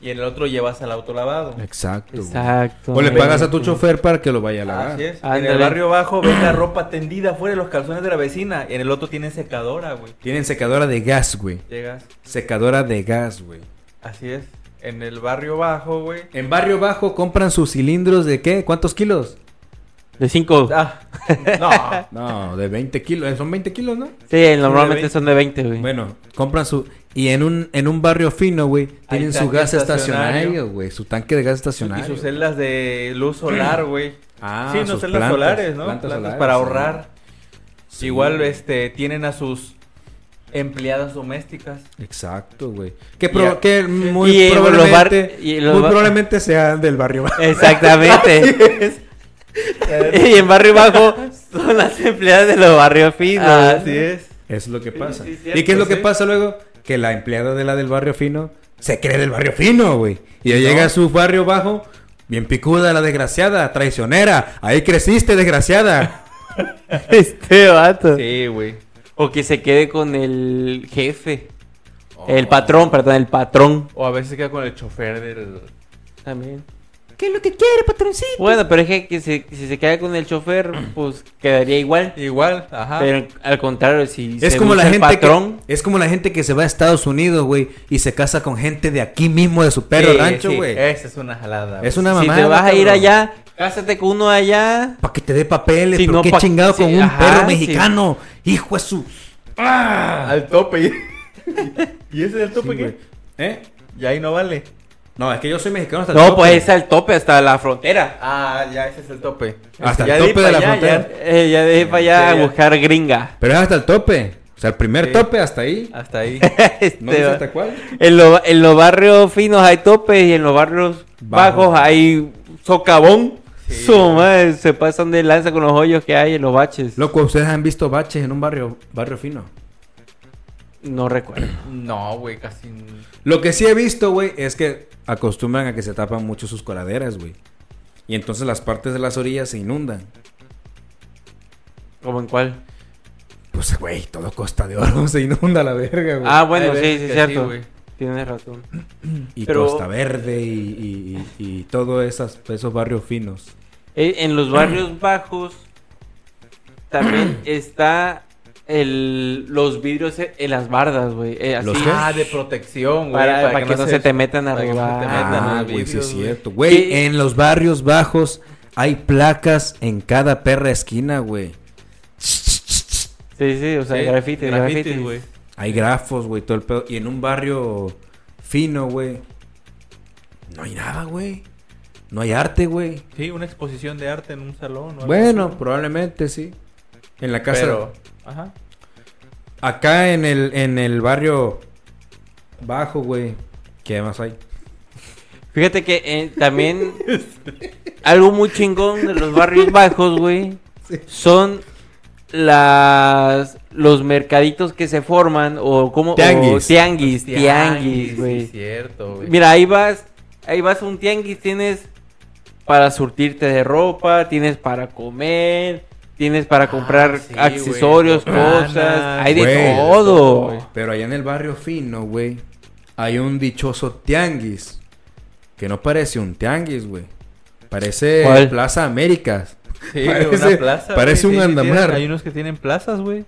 Speaker 2: Y en el otro llevas al auto lavado.
Speaker 5: Exacto. güey.
Speaker 4: Exacto.
Speaker 5: O le
Speaker 4: güey.
Speaker 5: pagas a tu chofer para que lo vaya a lavar.
Speaker 2: Así es. En
Speaker 4: Ándale.
Speaker 2: el barrio bajo ves la ropa tendida afuera de los calzones de la vecina. Y en el otro tienen secadora, güey.
Speaker 5: Tienen secadora de gas, güey.
Speaker 2: Llegas.
Speaker 5: Secadora de gas, güey.
Speaker 2: Así es. En el barrio bajo, güey.
Speaker 5: En barrio bajo compran sus cilindros de qué? ¿Cuántos kilos?
Speaker 4: De cinco.
Speaker 2: Ah, no.
Speaker 5: No, de 20 kilos. Eh, Son 20 kilos, ¿no?
Speaker 4: sí, normalmente
Speaker 2: 20.
Speaker 4: son de 20, güey.
Speaker 5: Bueno, compran su... Y en un, en un barrio fino, güey,
Speaker 2: Hay
Speaker 5: tienen su
Speaker 2: tanque
Speaker 5: gas
Speaker 2: estacionario.
Speaker 5: estacionario, güey. Su tanque de gas
Speaker 2: Y
Speaker 5: estacionario.
Speaker 2: sus celdas de luz solar, güey.
Speaker 5: Ah,
Speaker 2: sí, no
Speaker 5: sus
Speaker 2: celdas
Speaker 5: plantas,
Speaker 2: solares, ¿no?
Speaker 5: plantas
Speaker 2: Plantas,
Speaker 5: solares,
Speaker 2: para
Speaker 5: sí.
Speaker 2: ahorrar.
Speaker 5: Sí.
Speaker 2: Igual, este, tienen a sus empleadas domésticas.
Speaker 5: Exacto, güey. Que,
Speaker 2: Y
Speaker 5: pro-
Speaker 2: a-
Speaker 5: que muy
Speaker 4: Y en los bar-
Speaker 5: probablemente,
Speaker 4: y en los
Speaker 5: muy
Speaker 4: bar-
Speaker 5: probablemente sean del barrio bajo.
Speaker 4: Exactamente. y en barrio bajo son las empleadas de los barrios finos.
Speaker 2: Así es.
Speaker 5: Es lo que pasa.
Speaker 4: sí,
Speaker 5: ¿Y
Speaker 4: cierto,
Speaker 5: qué es lo que
Speaker 2: sí.
Speaker 5: pasa luego? Que la empleada de la del barrio fino se cree del barrio fino, güey. Y ya
Speaker 2: No.
Speaker 5: llega a su barrio bajo, bien picuda la desgraciada, traicionera. Ahí creciste, desgraciada.
Speaker 4: Este vato.
Speaker 2: Sí, güey.
Speaker 4: O que se quede con el jefe.
Speaker 5: Oh.
Speaker 4: El patrón, perdón, el patrón.
Speaker 2: Oh. O a veces queda con el chofer del...
Speaker 4: También.
Speaker 5: ¿Qué es lo que quiere, patroncito?
Speaker 4: Bueno, pero es que, que se- si se queda con el chofer, pues quedaría igual.
Speaker 2: Igual, ajá.
Speaker 4: Pero al contrario, si
Speaker 5: Es
Speaker 4: se
Speaker 5: como, la
Speaker 4: usa el
Speaker 5: gente
Speaker 4: patrón,
Speaker 5: que, es como la gente que se va a Estados Unidos, güey, y se casa con gente de aquí mismo, de su perro
Speaker 2: Sí,
Speaker 5: rancho,
Speaker 2: sí,
Speaker 5: güey.
Speaker 4: Eh.
Speaker 2: Esa es una jalada. güey.
Speaker 5: Es una
Speaker 4: si
Speaker 5: mamada.
Speaker 4: te vas a ir
Speaker 5: cabrón.
Speaker 4: allá, Cásate con uno allá.
Speaker 5: Para que te dé papeles,
Speaker 4: Sí,
Speaker 5: pero
Speaker 4: no,
Speaker 5: qué
Speaker 4: pa' que-
Speaker 5: chingado
Speaker 4: sí,
Speaker 5: con un
Speaker 4: ajá,
Speaker 5: perro
Speaker 4: sí.
Speaker 5: mexicano. Hijo de su.
Speaker 2: Al tope. ¿Y ese es el tope
Speaker 5: Sí,
Speaker 2: qué?
Speaker 5: güey. ¿Eh?
Speaker 2: Y ahí no vale.
Speaker 5: No, es que yo soy mexicano hasta el
Speaker 4: No,
Speaker 5: tope.
Speaker 4: pues es al tope, hasta la frontera.
Speaker 2: Ah, ya ese es el tope.
Speaker 5: Hasta el
Speaker 2: Ya
Speaker 5: tope
Speaker 2: pa'
Speaker 5: de la
Speaker 2: allá,
Speaker 5: frontera.
Speaker 2: ya.
Speaker 4: Eh, ya dejé para allá
Speaker 2: Sí,
Speaker 4: a
Speaker 2: ya.
Speaker 4: buscar gringa.
Speaker 5: Pero es hasta el tope. O sea, el primer
Speaker 2: Sí. Ah.
Speaker 5: tope hasta ahí.
Speaker 2: Hasta ahí.
Speaker 4: Este
Speaker 5: No dice
Speaker 4: va.
Speaker 5: hasta cuál.
Speaker 4: en, lo- en los barrios finos hay topes y en los barrios
Speaker 5: Bajo.
Speaker 4: bajos hay socavón.
Speaker 2: Sí.
Speaker 4: Su madre, se pasan de lanza con los hoyos que hay en los baches.
Speaker 5: Loco, ustedes han visto baches en un barrio, barrio fino.
Speaker 4: No recuerdo.
Speaker 2: no, güey, casi.
Speaker 5: Lo que sí he visto, güey, es que acostumbran a que se tapan mucho sus coladeras, güey. Y entonces las partes de las orillas se inundan.
Speaker 4: ¿Cómo en cuál?
Speaker 5: Pues, güey, todo Costa de Oro se inunda la verga, güey.
Speaker 4: Ah, bueno,
Speaker 2: Hay
Speaker 4: sí,
Speaker 2: veces
Speaker 4: sí,
Speaker 2: que
Speaker 4: cierto.
Speaker 2: sí, güey.
Speaker 4: Tienes razón.
Speaker 5: y
Speaker 4: pero-
Speaker 5: Costa Verde y, y, y- y todo esas, esos barrios finos.
Speaker 4: Eh, En los barrios bajos también está el, los vidrios e- en las bardas, güey. Eh, así.
Speaker 5: ¿Los qué?
Speaker 2: Ah, de protección, güey.
Speaker 4: Para- para que no se te metan a
Speaker 2: para que no se
Speaker 4: robar.
Speaker 2: te metan a
Speaker 5: Ah,
Speaker 2: los
Speaker 5: güey, sí es
Speaker 2: vidrios, güey.
Speaker 5: cierto. Güey,
Speaker 4: ¿Qué?
Speaker 5: en los barrios bajos hay placas en cada perra esquina, güey.
Speaker 4: Sí, sí, o sea,
Speaker 2: Sí, grafitis,
Speaker 4: grafitis, grafitis.
Speaker 2: güey.
Speaker 5: Hay grafos, güey, todo el pedo. Y en un barrio fino, güey. No hay nada, güey. No hay arte, güey.
Speaker 2: Sí, una exposición de arte en un salón. o algo
Speaker 5: Bueno,
Speaker 2: así.
Speaker 5: probablemente sí. En la casa.
Speaker 2: pero. Ajá.
Speaker 5: Acá en el, en el barrio bajo, güey. ¿Qué más hay?
Speaker 4: Fíjate que eh, también algo muy chingón de los barrios bajos, güey, son las los mercaditos que se forman o como o
Speaker 5: Tianguis.
Speaker 4: tianguis, tianguis,
Speaker 2: sí,
Speaker 4: güey.
Speaker 2: cierto, güey.
Speaker 4: Mira, ahí vas, ahí vas a un tianguis, tienes para surtirte de ropa, tienes para comer, tienes para comprar
Speaker 2: sí,
Speaker 4: accesorios,
Speaker 2: güey,
Speaker 4: cosas,
Speaker 2: botanas,
Speaker 4: hay de
Speaker 5: güey.
Speaker 4: todo.
Speaker 2: güey.
Speaker 5: Pero allá en el barrio fino, güey, hay un dichoso tianguis. Que no parece un tianguis, güey. Parece
Speaker 4: ¿Cuál?
Speaker 5: Plaza Américas.
Speaker 2: Sí,
Speaker 5: Parece-
Speaker 2: una plaza.
Speaker 5: parece
Speaker 2: güey,
Speaker 5: un
Speaker 2: sí, sí,
Speaker 5: andamar.
Speaker 2: tienen- Hay unos que tienen plazas, güey.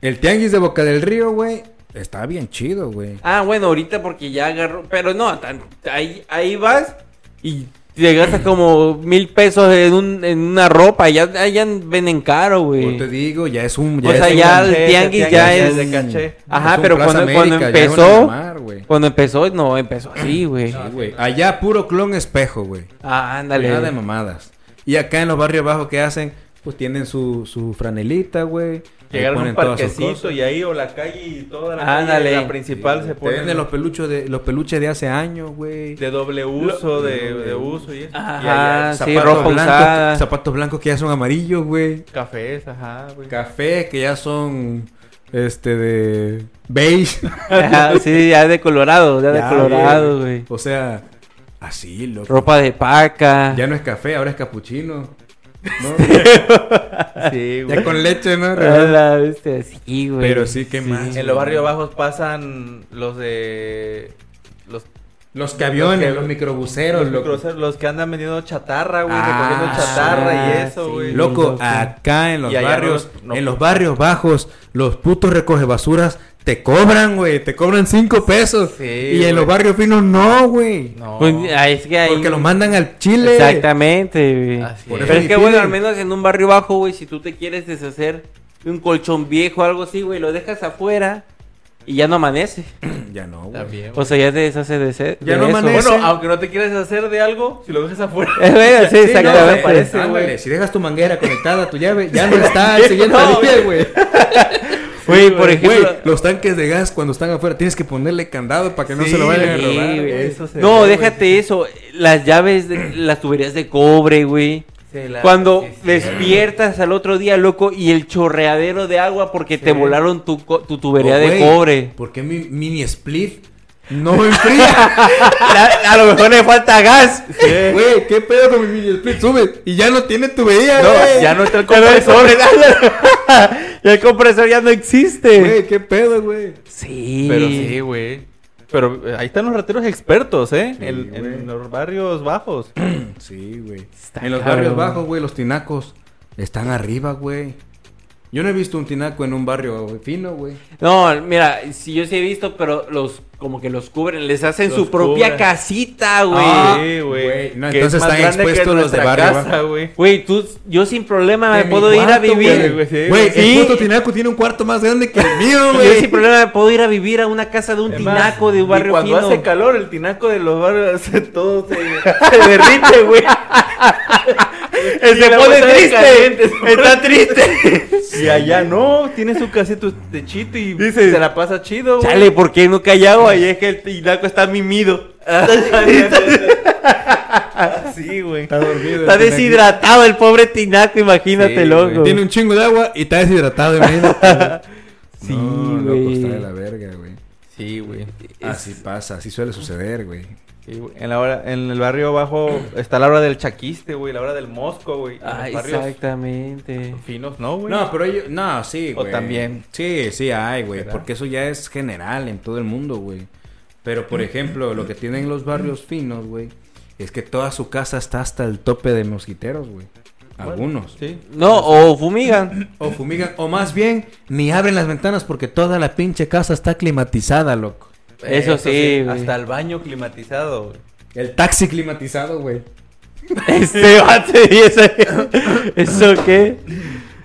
Speaker 5: El tianguis de Boca del Río, güey, está bien chido, güey.
Speaker 4: Ah, bueno, ahorita porque ya agarró. Pero no, tan- ahí, ahí vas y te gastas como mil pesos en, un- en una ropa. Ya, ah, ya venden caro,
Speaker 5: Yo te
Speaker 4: güey.
Speaker 5: digo, ya es un...
Speaker 4: O sea,
Speaker 5: es
Speaker 4: ya
Speaker 5: un-
Speaker 4: el
Speaker 2: Sí,
Speaker 4: tianguis ya es-
Speaker 2: de caché.
Speaker 4: Ajá,
Speaker 5: es un
Speaker 4: pero
Speaker 5: Plaza
Speaker 4: cuando, cuando
Speaker 5: Américas, ya es un
Speaker 4: empezó.
Speaker 5: Walmart, güey.
Speaker 4: Cuando empezó, no, empezó así, güey.
Speaker 5: Sí, güey. Allá puro clon espejo, güey.
Speaker 4: Ah, ándale.
Speaker 5: Nada de mamadas. Y acá en los barrios bajos, ¿qué hacen? Pues tienen su, su franelita, güey. Ahí
Speaker 2: Llegaron a un
Speaker 5: ponen todas sus
Speaker 2: parquecito
Speaker 5: cosas.
Speaker 2: y ahí o la calle y toda la
Speaker 4: Ándale.
Speaker 2: calle, la principal se
Speaker 5: Te
Speaker 2: pone
Speaker 5: venden los peluches de, los peluches de hace años, güey.
Speaker 2: de doble uso, de,
Speaker 5: Lo-
Speaker 2: de uso y eso.
Speaker 4: Ajá.
Speaker 2: Y allá
Speaker 4: sí, ropa usada.
Speaker 5: blancos, zapatos blancos que ya son amarillos, güey.
Speaker 2: cafés, ajá, güey.
Speaker 5: Cafés que ya son este de beige.
Speaker 4: Ajá, sí, ya de Colorado, ya, de
Speaker 5: Ya,
Speaker 4: Colorado, güey.
Speaker 5: O sea, así, loco.
Speaker 4: Ropa de paca.
Speaker 5: Ya no es café, ahora es capuchino. ¿no?
Speaker 2: Sí, güey.
Speaker 5: ya con leche,
Speaker 4: Ah,
Speaker 5: ¿no?
Speaker 4: Ala, viste, así, güey.
Speaker 5: Pero sí, ¿qué más?
Speaker 2: En los barrios bajos pasan los de los
Speaker 5: Los camiones,
Speaker 2: Los
Speaker 5: los,
Speaker 2: que-
Speaker 5: microbuseros,
Speaker 2: los,
Speaker 5: loco.
Speaker 2: microceros, los que andan vendiendo chatarra, güey,
Speaker 5: Ah,
Speaker 2: recogiendo chatarra y eso,
Speaker 4: sí.
Speaker 2: güey.
Speaker 5: Loco,
Speaker 4: Loco.
Speaker 5: acá en los
Speaker 2: Y allá
Speaker 5: barrios,
Speaker 2: no- no-
Speaker 5: en los barrios bajos, los putos recoge basuras te cobran, güey, te cobran cinco pesos.
Speaker 2: Sí,
Speaker 5: y
Speaker 2: güey.
Speaker 5: en los barrios finos no, güey.
Speaker 2: No.
Speaker 4: Pues, ah, es que ahí-
Speaker 5: Porque los mandan al Chile.
Speaker 4: Exactamente, güey.
Speaker 2: Así
Speaker 5: Por
Speaker 2: es.
Speaker 5: eso
Speaker 4: Pero es
Speaker 5: ni
Speaker 4: que, bueno,
Speaker 5: piden.
Speaker 4: al menos en un barrio bajo, güey, si tú te quieres deshacer de un colchón viejo o algo así, güey, lo dejas afuera y ya no amanece.
Speaker 5: Ya no, güey.
Speaker 2: También, güey.
Speaker 4: O sea, ya te deshaces de ese.
Speaker 5: Ya
Speaker 4: de
Speaker 5: no
Speaker 4: eso.
Speaker 5: amanece.
Speaker 2: bueno,
Speaker 5: ese-
Speaker 2: aunque no te quieras hacer de algo, si lo dejas afuera.
Speaker 4: Eh, bueno, sí,
Speaker 5: Sí, no,
Speaker 4: exactamente.
Speaker 5: güey,
Speaker 2: parece,
Speaker 5: ándale,
Speaker 2: güey.
Speaker 5: si dejas tu manguera conectada a tu llave, ya no está el siguiente día, güey.
Speaker 4: Güey, por
Speaker 5: Güey,
Speaker 4: ejemplo.
Speaker 5: los tanques de gas cuando están afuera tienes que ponerle candado para que no
Speaker 2: Sí,
Speaker 5: se lo vayan a
Speaker 4: sí,
Speaker 5: robar.
Speaker 4: güey.
Speaker 5: güey.
Speaker 2: eso se
Speaker 4: no,
Speaker 2: ve, güey.
Speaker 4: déjate eso. Las llaves, de- las tuberías de cobre, güey.
Speaker 2: Sí, la-
Speaker 4: Cuando
Speaker 2: sí, sí.
Speaker 4: despiertas al otro día, loco, y el chorreadero de agua porque te volaron tu, co- tu tubería
Speaker 5: Oh,
Speaker 4: de
Speaker 5: güey,
Speaker 4: cobre.
Speaker 5: ¿Por qué mi mini split no enfría?
Speaker 4: La- a lo mejor le falta gas.
Speaker 5: Güey, ¿qué pedo con mi mini split? Sube y ya no tiene tubería,
Speaker 2: No,
Speaker 5: güey.
Speaker 2: ya no está el
Speaker 4: Ya no hay
Speaker 2: compresor.
Speaker 4: sobre. Y el compresor ya no existe.
Speaker 5: Güey, ¿qué pedo, güey?
Speaker 4: Sí.
Speaker 2: Pero sí, güey. Pero eh, ahí están los rateros expertos, ¿eh?
Speaker 5: Sí,
Speaker 2: en, en
Speaker 5: güey.
Speaker 2: los barrios bajos.
Speaker 5: Sí, güey.
Speaker 4: Está
Speaker 5: En los
Speaker 4: cabrón.
Speaker 5: barrios bajos, güey, los tinacos están arriba, güey. Yo no he visto un tinaco en un barrio fino, güey.
Speaker 4: No, mira, sí, yo sí he visto, pero los como que los cubren, les hacen
Speaker 2: Los
Speaker 4: su propia
Speaker 2: cubren.
Speaker 4: casita, güey.
Speaker 5: Ah,
Speaker 2: Sí,
Speaker 5: güey. No,
Speaker 2: Que es
Speaker 5: entonces
Speaker 2: más
Speaker 5: están
Speaker 2: grande que
Speaker 5: expuestos los de
Speaker 2: nuestra
Speaker 5: barrio,
Speaker 2: casa, güey.
Speaker 4: Güey, tú, yo sin problema Ah, me
Speaker 5: De mi
Speaker 4: puedo ir a
Speaker 5: cuarto,
Speaker 4: vivir.
Speaker 2: güey, sí,
Speaker 5: Güey,
Speaker 4: sí.
Speaker 5: el puto tinaco tiene un cuarto más grande que el mío,
Speaker 4: Yo sin
Speaker 5: güey.
Speaker 4: problema me puedo ir a vivir a una casa de un
Speaker 2: Además,
Speaker 4: tinaco de un
Speaker 2: y
Speaker 4: barrio
Speaker 2: cuando
Speaker 4: fino.
Speaker 2: hace calor, el tinaco de los barrios hace todo se, se derrite, güey.
Speaker 4: Eh,
Speaker 2: Y
Speaker 4: se
Speaker 2: la
Speaker 4: pone
Speaker 2: bolsa de
Speaker 4: triste.
Speaker 2: caliente, se pone-
Speaker 4: Está triste.
Speaker 2: Y allá no, tiene su casito techito y
Speaker 4: Dice,
Speaker 2: se la pasa chido, güey.
Speaker 4: Chale, ¿por qué no callado? Ahí es que el tinaco está mimido.
Speaker 2: Ah, Sí, güey.
Speaker 5: Está dormido.
Speaker 4: Está deshidratado el pobre tinaco, imagínate, loco.
Speaker 5: Tiene un chingo de agua y está deshidratado, imagínate.
Speaker 4: Sí,
Speaker 5: No, loco,
Speaker 4: güey.
Speaker 5: está de la verga, güey.
Speaker 2: Sí, güey.
Speaker 4: Ah,
Speaker 5: Así pasa, así suele suceder, güey.
Speaker 2: Sí, güey. En, la hora, en el barrio bajo está la hora del chaquiste, güey, la hora del mosco, güey. En los
Speaker 4: Ah,
Speaker 2: barrios
Speaker 4: exactamente.
Speaker 2: finos, ¿no, güey?
Speaker 5: No, pero ellos, no, sí,
Speaker 2: Pues O
Speaker 5: güey.
Speaker 2: también.
Speaker 5: Sí, sí, hay, güey.
Speaker 2: ¿Verdad?
Speaker 5: Porque eso ya es general en todo el mundo, güey. Pero, por ejemplo, lo que tienen los barrios finos, güey, es que toda su casa está hasta el tope de mosquiteros, güey. Algunos.
Speaker 2: Sí.
Speaker 4: No, o fumigan.
Speaker 5: O fumigan, o más bien, ni abren las ventanas porque toda la pinche casa está climatizada, loco.
Speaker 4: Eso sí, güey.
Speaker 2: Hasta el baño climatizado, güey.
Speaker 5: El taxi climatizado, güey.
Speaker 4: Este bate y ese- ¿Eso qué?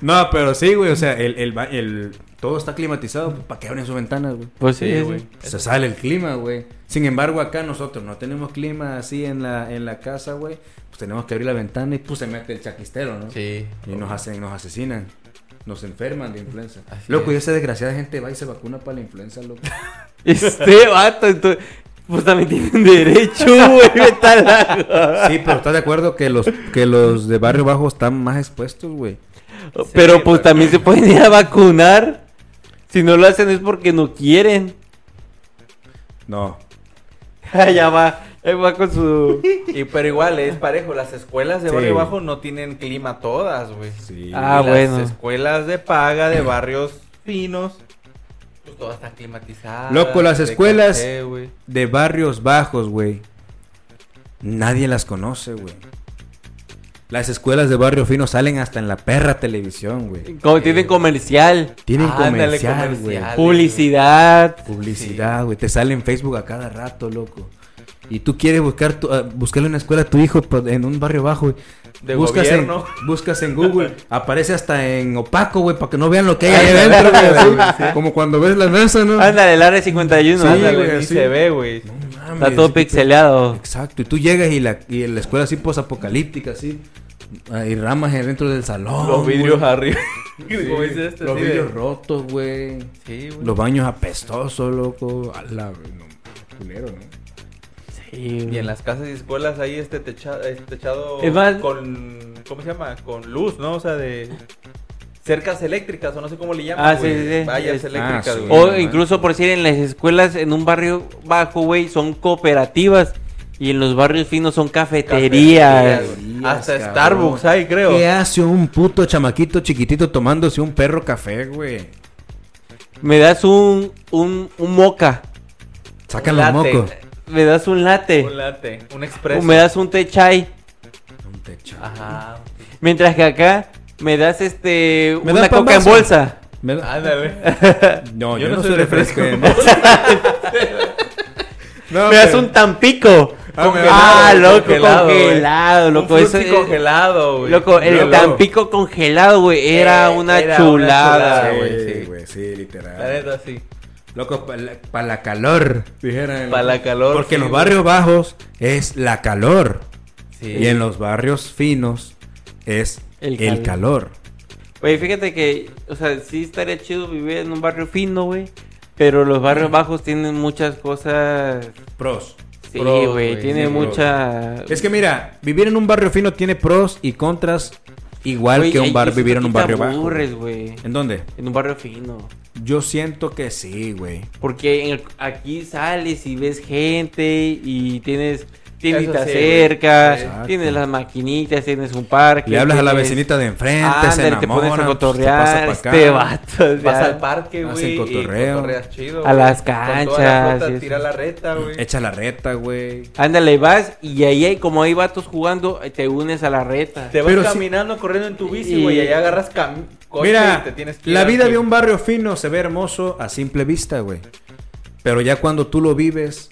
Speaker 5: No, pero sí, güey, o sea, el, el, ba- el- todo está climatizado pues, para que abren sus ventanas, güey.
Speaker 4: Pues sí, sí.
Speaker 5: Se sale el clima, güey. Sin embargo, acá nosotros no tenemos clima así en la, en la casa, güey. Pues tenemos que abrir la ventana y pues se mete el chaquistero, ¿no?
Speaker 2: Sí.
Speaker 5: Y nos hacen, nos asesinan. Nos enferman de influenza.
Speaker 2: Así
Speaker 5: loco,
Speaker 2: es.
Speaker 5: y esa desgraciada gente va y se vacuna para la influenza, loco.
Speaker 4: Este vato, entonces, pues también tienen derecho, güey, vete a la-
Speaker 5: Sí, pero ¿estás de acuerdo que los, que los de barrio bajo están más expuestos, güey?
Speaker 4: Pero
Speaker 2: Sí,
Speaker 4: pues
Speaker 2: güey.
Speaker 4: también se pueden ir a vacunar. Si no lo hacen es porque no quieren.
Speaker 5: No.
Speaker 4: Allá va, ahí va con su...
Speaker 2: Y, pero igual, es parejo. Las escuelas de
Speaker 5: Sí.
Speaker 2: barrio bajo no tienen clima todas, güey.
Speaker 5: Sí.
Speaker 4: Ah.
Speaker 2: Y
Speaker 4: bueno.
Speaker 2: Las escuelas de paga, de barrios finos, pues todas están climatizadas.
Speaker 5: Loco, las
Speaker 2: de
Speaker 5: escuelas-
Speaker 2: café, güey.
Speaker 5: De barrios bajos, güey. Nadie las conoce, güey. Las escuelas de barrio fino salen hasta en la perra televisión, güey.
Speaker 4: Como tienen comercial,
Speaker 5: Tienen
Speaker 2: Ándale,
Speaker 5: comercial, güey.
Speaker 2: comercial.
Speaker 4: publicidad.
Speaker 5: Publicidad, güey. Te sale en Facebook a cada rato, loco. Y tú quieres buscar tu- ah, buscarle una escuela a tu hijo pa- en un barrio bajo, güey.
Speaker 2: De
Speaker 5: buscas
Speaker 2: gobierno.
Speaker 5: En, buscas en Google. Aparece hasta en opaco, güey, para que no vean lo que hay ahí adentro, güey. así. Como cuando ves la mesa, ¿no?
Speaker 4: Ándale, el área 51.
Speaker 5: Sí,
Speaker 2: Ándale,
Speaker 5: güey,
Speaker 2: ni
Speaker 5: sí.
Speaker 2: se ve, güey.
Speaker 5: No mames,
Speaker 4: Está todo
Speaker 5: ese tipo-
Speaker 4: pixeleado.
Speaker 5: Exacto, y tú llegas y la, y la escuela así posapocalíptica, así, ah, y ramas dentro del salón.
Speaker 2: Los
Speaker 5: güey.
Speaker 2: vidrios arriba.
Speaker 5: Sí,
Speaker 2: Como dice este,
Speaker 5: los
Speaker 2: sí, de-
Speaker 5: vidrios rotos, güey.
Speaker 2: Sí, güey.
Speaker 5: Los baños apestosos, loco. A la, no, culero, ¿no?
Speaker 4: Sí,
Speaker 2: Y en las casas y escuelas hay este, techa- este techado
Speaker 4: Es más-
Speaker 2: con... ¿Cómo se llama? Con luz, ¿no? O sea, de... Cercas eléctricas, o no sé cómo le llaman,
Speaker 4: Ah, sí,
Speaker 2: güey.
Speaker 4: sí, sí.
Speaker 2: Vallas
Speaker 4: Ah,
Speaker 2: eléctricas,
Speaker 5: sí.
Speaker 2: güey.
Speaker 4: O incluso por decir en las escuelas en un barrio bajo, güey, son cooperativas y en los barrios finos son cafeterías.
Speaker 2: Cafeterías, güey. Hasta
Speaker 5: cabrón.
Speaker 2: Starbucks hay, creo.
Speaker 5: ¿Qué hace un puto chamaquito chiquitito tomándose un perro café, güey?
Speaker 4: Me das un, un, un moca,
Speaker 5: Sacan
Speaker 2: Un
Speaker 5: los
Speaker 2: latte.
Speaker 5: mocos.
Speaker 4: me das un latte,
Speaker 2: Un latte, un
Speaker 4: o
Speaker 2: expreso.
Speaker 4: me das un té chai,
Speaker 5: Un techo.
Speaker 2: Ajá.
Speaker 4: mientras que acá me das este
Speaker 5: Me
Speaker 4: una
Speaker 5: das pan
Speaker 4: coca en
Speaker 5: vaso.
Speaker 4: bolsa.
Speaker 5: Me
Speaker 2: Ah,
Speaker 5: da-
Speaker 2: Ándale.
Speaker 5: No, yo, no soy refresco. No,
Speaker 4: me das
Speaker 5: pero-
Speaker 4: un tampico.
Speaker 5: Ah, me das-
Speaker 4: Ah, loco,
Speaker 2: congelado,
Speaker 4: congelado,
Speaker 2: güey.
Speaker 4: loco.
Speaker 2: un
Speaker 4: eso
Speaker 2: frutti
Speaker 4: es-
Speaker 2: congelado, güey.
Speaker 4: Loco, el
Speaker 5: Loco.
Speaker 4: tampico congelado, güey, era
Speaker 2: Eh,
Speaker 4: una
Speaker 2: era una chulada,
Speaker 4: chulada.
Speaker 5: Sí,
Speaker 2: Ah, güey, sí.
Speaker 5: güey, sí, literal.
Speaker 2: La neta, sí.
Speaker 5: Loco, para la, pa' la calor. Dijeran.
Speaker 2: Pa' la calor,
Speaker 5: Porque en
Speaker 2: sí,
Speaker 5: los barrios bajos es la calor.
Speaker 2: Sí.
Speaker 5: Y en los barrios finos es el,
Speaker 4: El
Speaker 5: calor.
Speaker 4: Güey, fíjate que, o sea, sí estaría chido vivir en un barrio fino, güey. Pero los barrios bajos tienen muchas cosas.
Speaker 5: Pros.
Speaker 4: Sí,
Speaker 2: Pro,
Speaker 4: güey,
Speaker 2: güey,
Speaker 4: tiene
Speaker 5: sí,
Speaker 4: mucha.
Speaker 5: Es que mira, vivir en un barrio fino tiene pros y contras igual
Speaker 4: Güey,
Speaker 5: que
Speaker 4: ahí
Speaker 5: un bar,
Speaker 4: siento
Speaker 5: vivir
Speaker 4: que
Speaker 5: en un
Speaker 4: te
Speaker 5: barrio bajo.
Speaker 4: aburres, güey.
Speaker 5: ¿En dónde?
Speaker 4: En un barrio fino.
Speaker 5: Yo siento que sí, güey.
Speaker 4: Porque en el- aquí sales y ves gente y tienes tienditas
Speaker 2: sí, güey.
Speaker 4: cerca,
Speaker 5: Exacto.
Speaker 4: tienes las maquinitas, tienes un parque.
Speaker 5: Le hablas a la
Speaker 4: tienes-
Speaker 5: vecinita de enfrente, se
Speaker 4: Ándale, te pones a
Speaker 5: enamoran, pues, te pasa
Speaker 4: cotorrear,
Speaker 5: pa'
Speaker 4: este
Speaker 5: acá.
Speaker 4: vato. o sea,
Speaker 2: Vas al parque,
Speaker 5: Hacen
Speaker 2: güey. y
Speaker 5: cotorreo.
Speaker 2: cotorreas chido,
Speaker 4: A
Speaker 2: güey.
Speaker 4: las
Speaker 2: Con toda la
Speaker 4: canchas,
Speaker 2: flota,
Speaker 4: y
Speaker 2: tira
Speaker 4: eso.
Speaker 2: la reta, güey.
Speaker 5: Echa la reta, güey.
Speaker 4: Ándale, vas y ahí hay, como hay vatos jugando, eh, te unes a la reta.
Speaker 2: Te vas
Speaker 5: Pero sí-
Speaker 2: caminando, corriendo en tu bici,
Speaker 4: Y-
Speaker 2: güey. Y allá agarras cam- coche
Speaker 5: Mira,
Speaker 2: y te tienes que ir
Speaker 5: la
Speaker 2: al-
Speaker 5: vida de un barrio fino se ve hermoso a simple vista, güey. Pero ya cuando tú lo vives,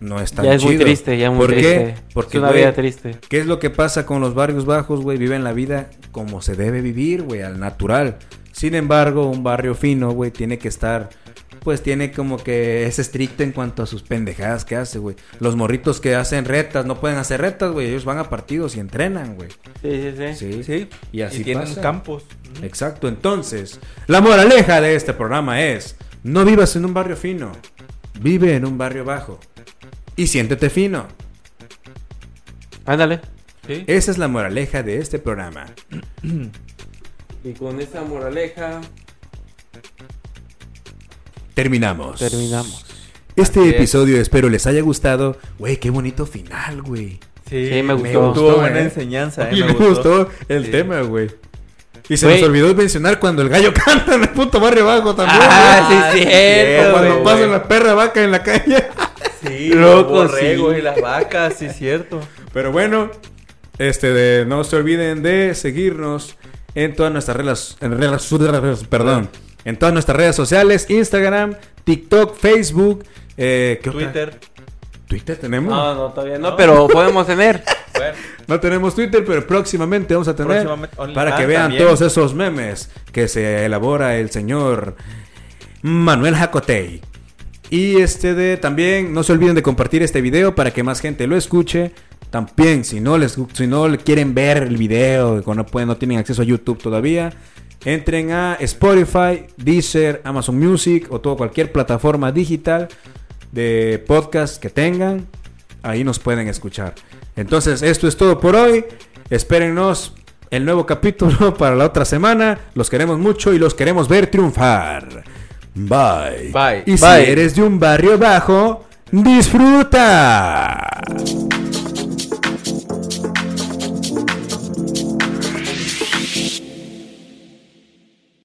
Speaker 5: no es tan
Speaker 4: ya es muy
Speaker 5: chido.
Speaker 4: triste, ya muy
Speaker 5: ¿Por Qué?
Speaker 4: triste.
Speaker 5: Porque,
Speaker 4: es una
Speaker 5: güey,
Speaker 4: vida triste.
Speaker 5: ¿Qué es lo que pasa con los barrios bajos, güey? Viven la vida como se debe vivir, güey, al natural. Sin embargo, un barrio fino, güey, tiene que estar, pues tiene como que es estricto en cuanto a sus pendejadas que hace, güey. Los morritos que hacen retas no pueden hacer retas, güey. Ellos van a partidos y entrenan, güey.
Speaker 4: Sí, sí, sí.
Speaker 5: Sí.
Speaker 2: Sí,
Speaker 5: Y así
Speaker 2: tienen
Speaker 5: pasa.
Speaker 2: campos.
Speaker 5: Exacto. Entonces, la moraleja de este programa es: no vivas en un barrio fino, vive en un barrio bajo y siéntete fino.
Speaker 4: Ándale. Sí.
Speaker 2: Eh,
Speaker 5: Esa es la moraleja de este programa.
Speaker 4: Y con esa moraleja
Speaker 5: Terminamos.
Speaker 4: terminamos.
Speaker 5: Este
Speaker 2: Así es.
Speaker 5: episodio espero les haya gustado. Güey, qué bonito final, güey.
Speaker 4: Sí, me
Speaker 2: Me
Speaker 4: gustó.
Speaker 2: gustó buena
Speaker 5: eh.
Speaker 2: enseñanza, eh,
Speaker 5: Y
Speaker 2: me
Speaker 5: me
Speaker 2: gustó.
Speaker 5: gustó el
Speaker 2: Sí.
Speaker 5: tema, güey. Y se
Speaker 4: Güey.
Speaker 5: nos olvidó mencionar cuando el gallo canta en el puto barrio bajo también.
Speaker 4: Ah,
Speaker 5: güey.
Speaker 4: sí,
Speaker 2: Ah, sí,
Speaker 4: cierto.
Speaker 2: cierto,
Speaker 4: güey.
Speaker 5: cuando
Speaker 2: güey.
Speaker 5: pasan la perra vaca en la calle.
Speaker 2: Sí,
Speaker 4: Loco,
Speaker 2: los borregos
Speaker 4: sí.
Speaker 2: y las vacas, sí, cierto.
Speaker 5: Pero bueno, este de, no se olviden de seguirnos en todas nuestras redes, en relas- relas- perdón, en todas nuestras redes sociales, Instagram, TikTok, Facebook, eh, ¿qué otra?
Speaker 2: Twitter.
Speaker 5: Twitter tenemos.
Speaker 4: No, no, todavía no, pero podemos tener.
Speaker 2: Bueno,
Speaker 5: No tenemos Twitter, pero próximamente vamos a tener
Speaker 2: Próximamente, OnlyFans
Speaker 5: para que vean
Speaker 2: también.
Speaker 5: todos esos memes que se elabora el señor Manuel Jacotey. Y este de también no se olviden de compartir este video para que más gente lo escuche. También si no les gu- si no le quieren ver el video, o no pueden no tienen acceso a YouTube todavía, entren a Spotify, Deezer, Amazon Music o todo cualquier plataforma digital de podcast que tengan, ahí nos pueden escuchar. Entonces, esto es todo por hoy. Espérennos el nuevo capítulo para la otra semana. Los queremos mucho y los queremos ver triunfar. Bye.
Speaker 2: Bye.
Speaker 5: Y si
Speaker 2: Bye.
Speaker 5: eres de un barrio bajo, disfruta.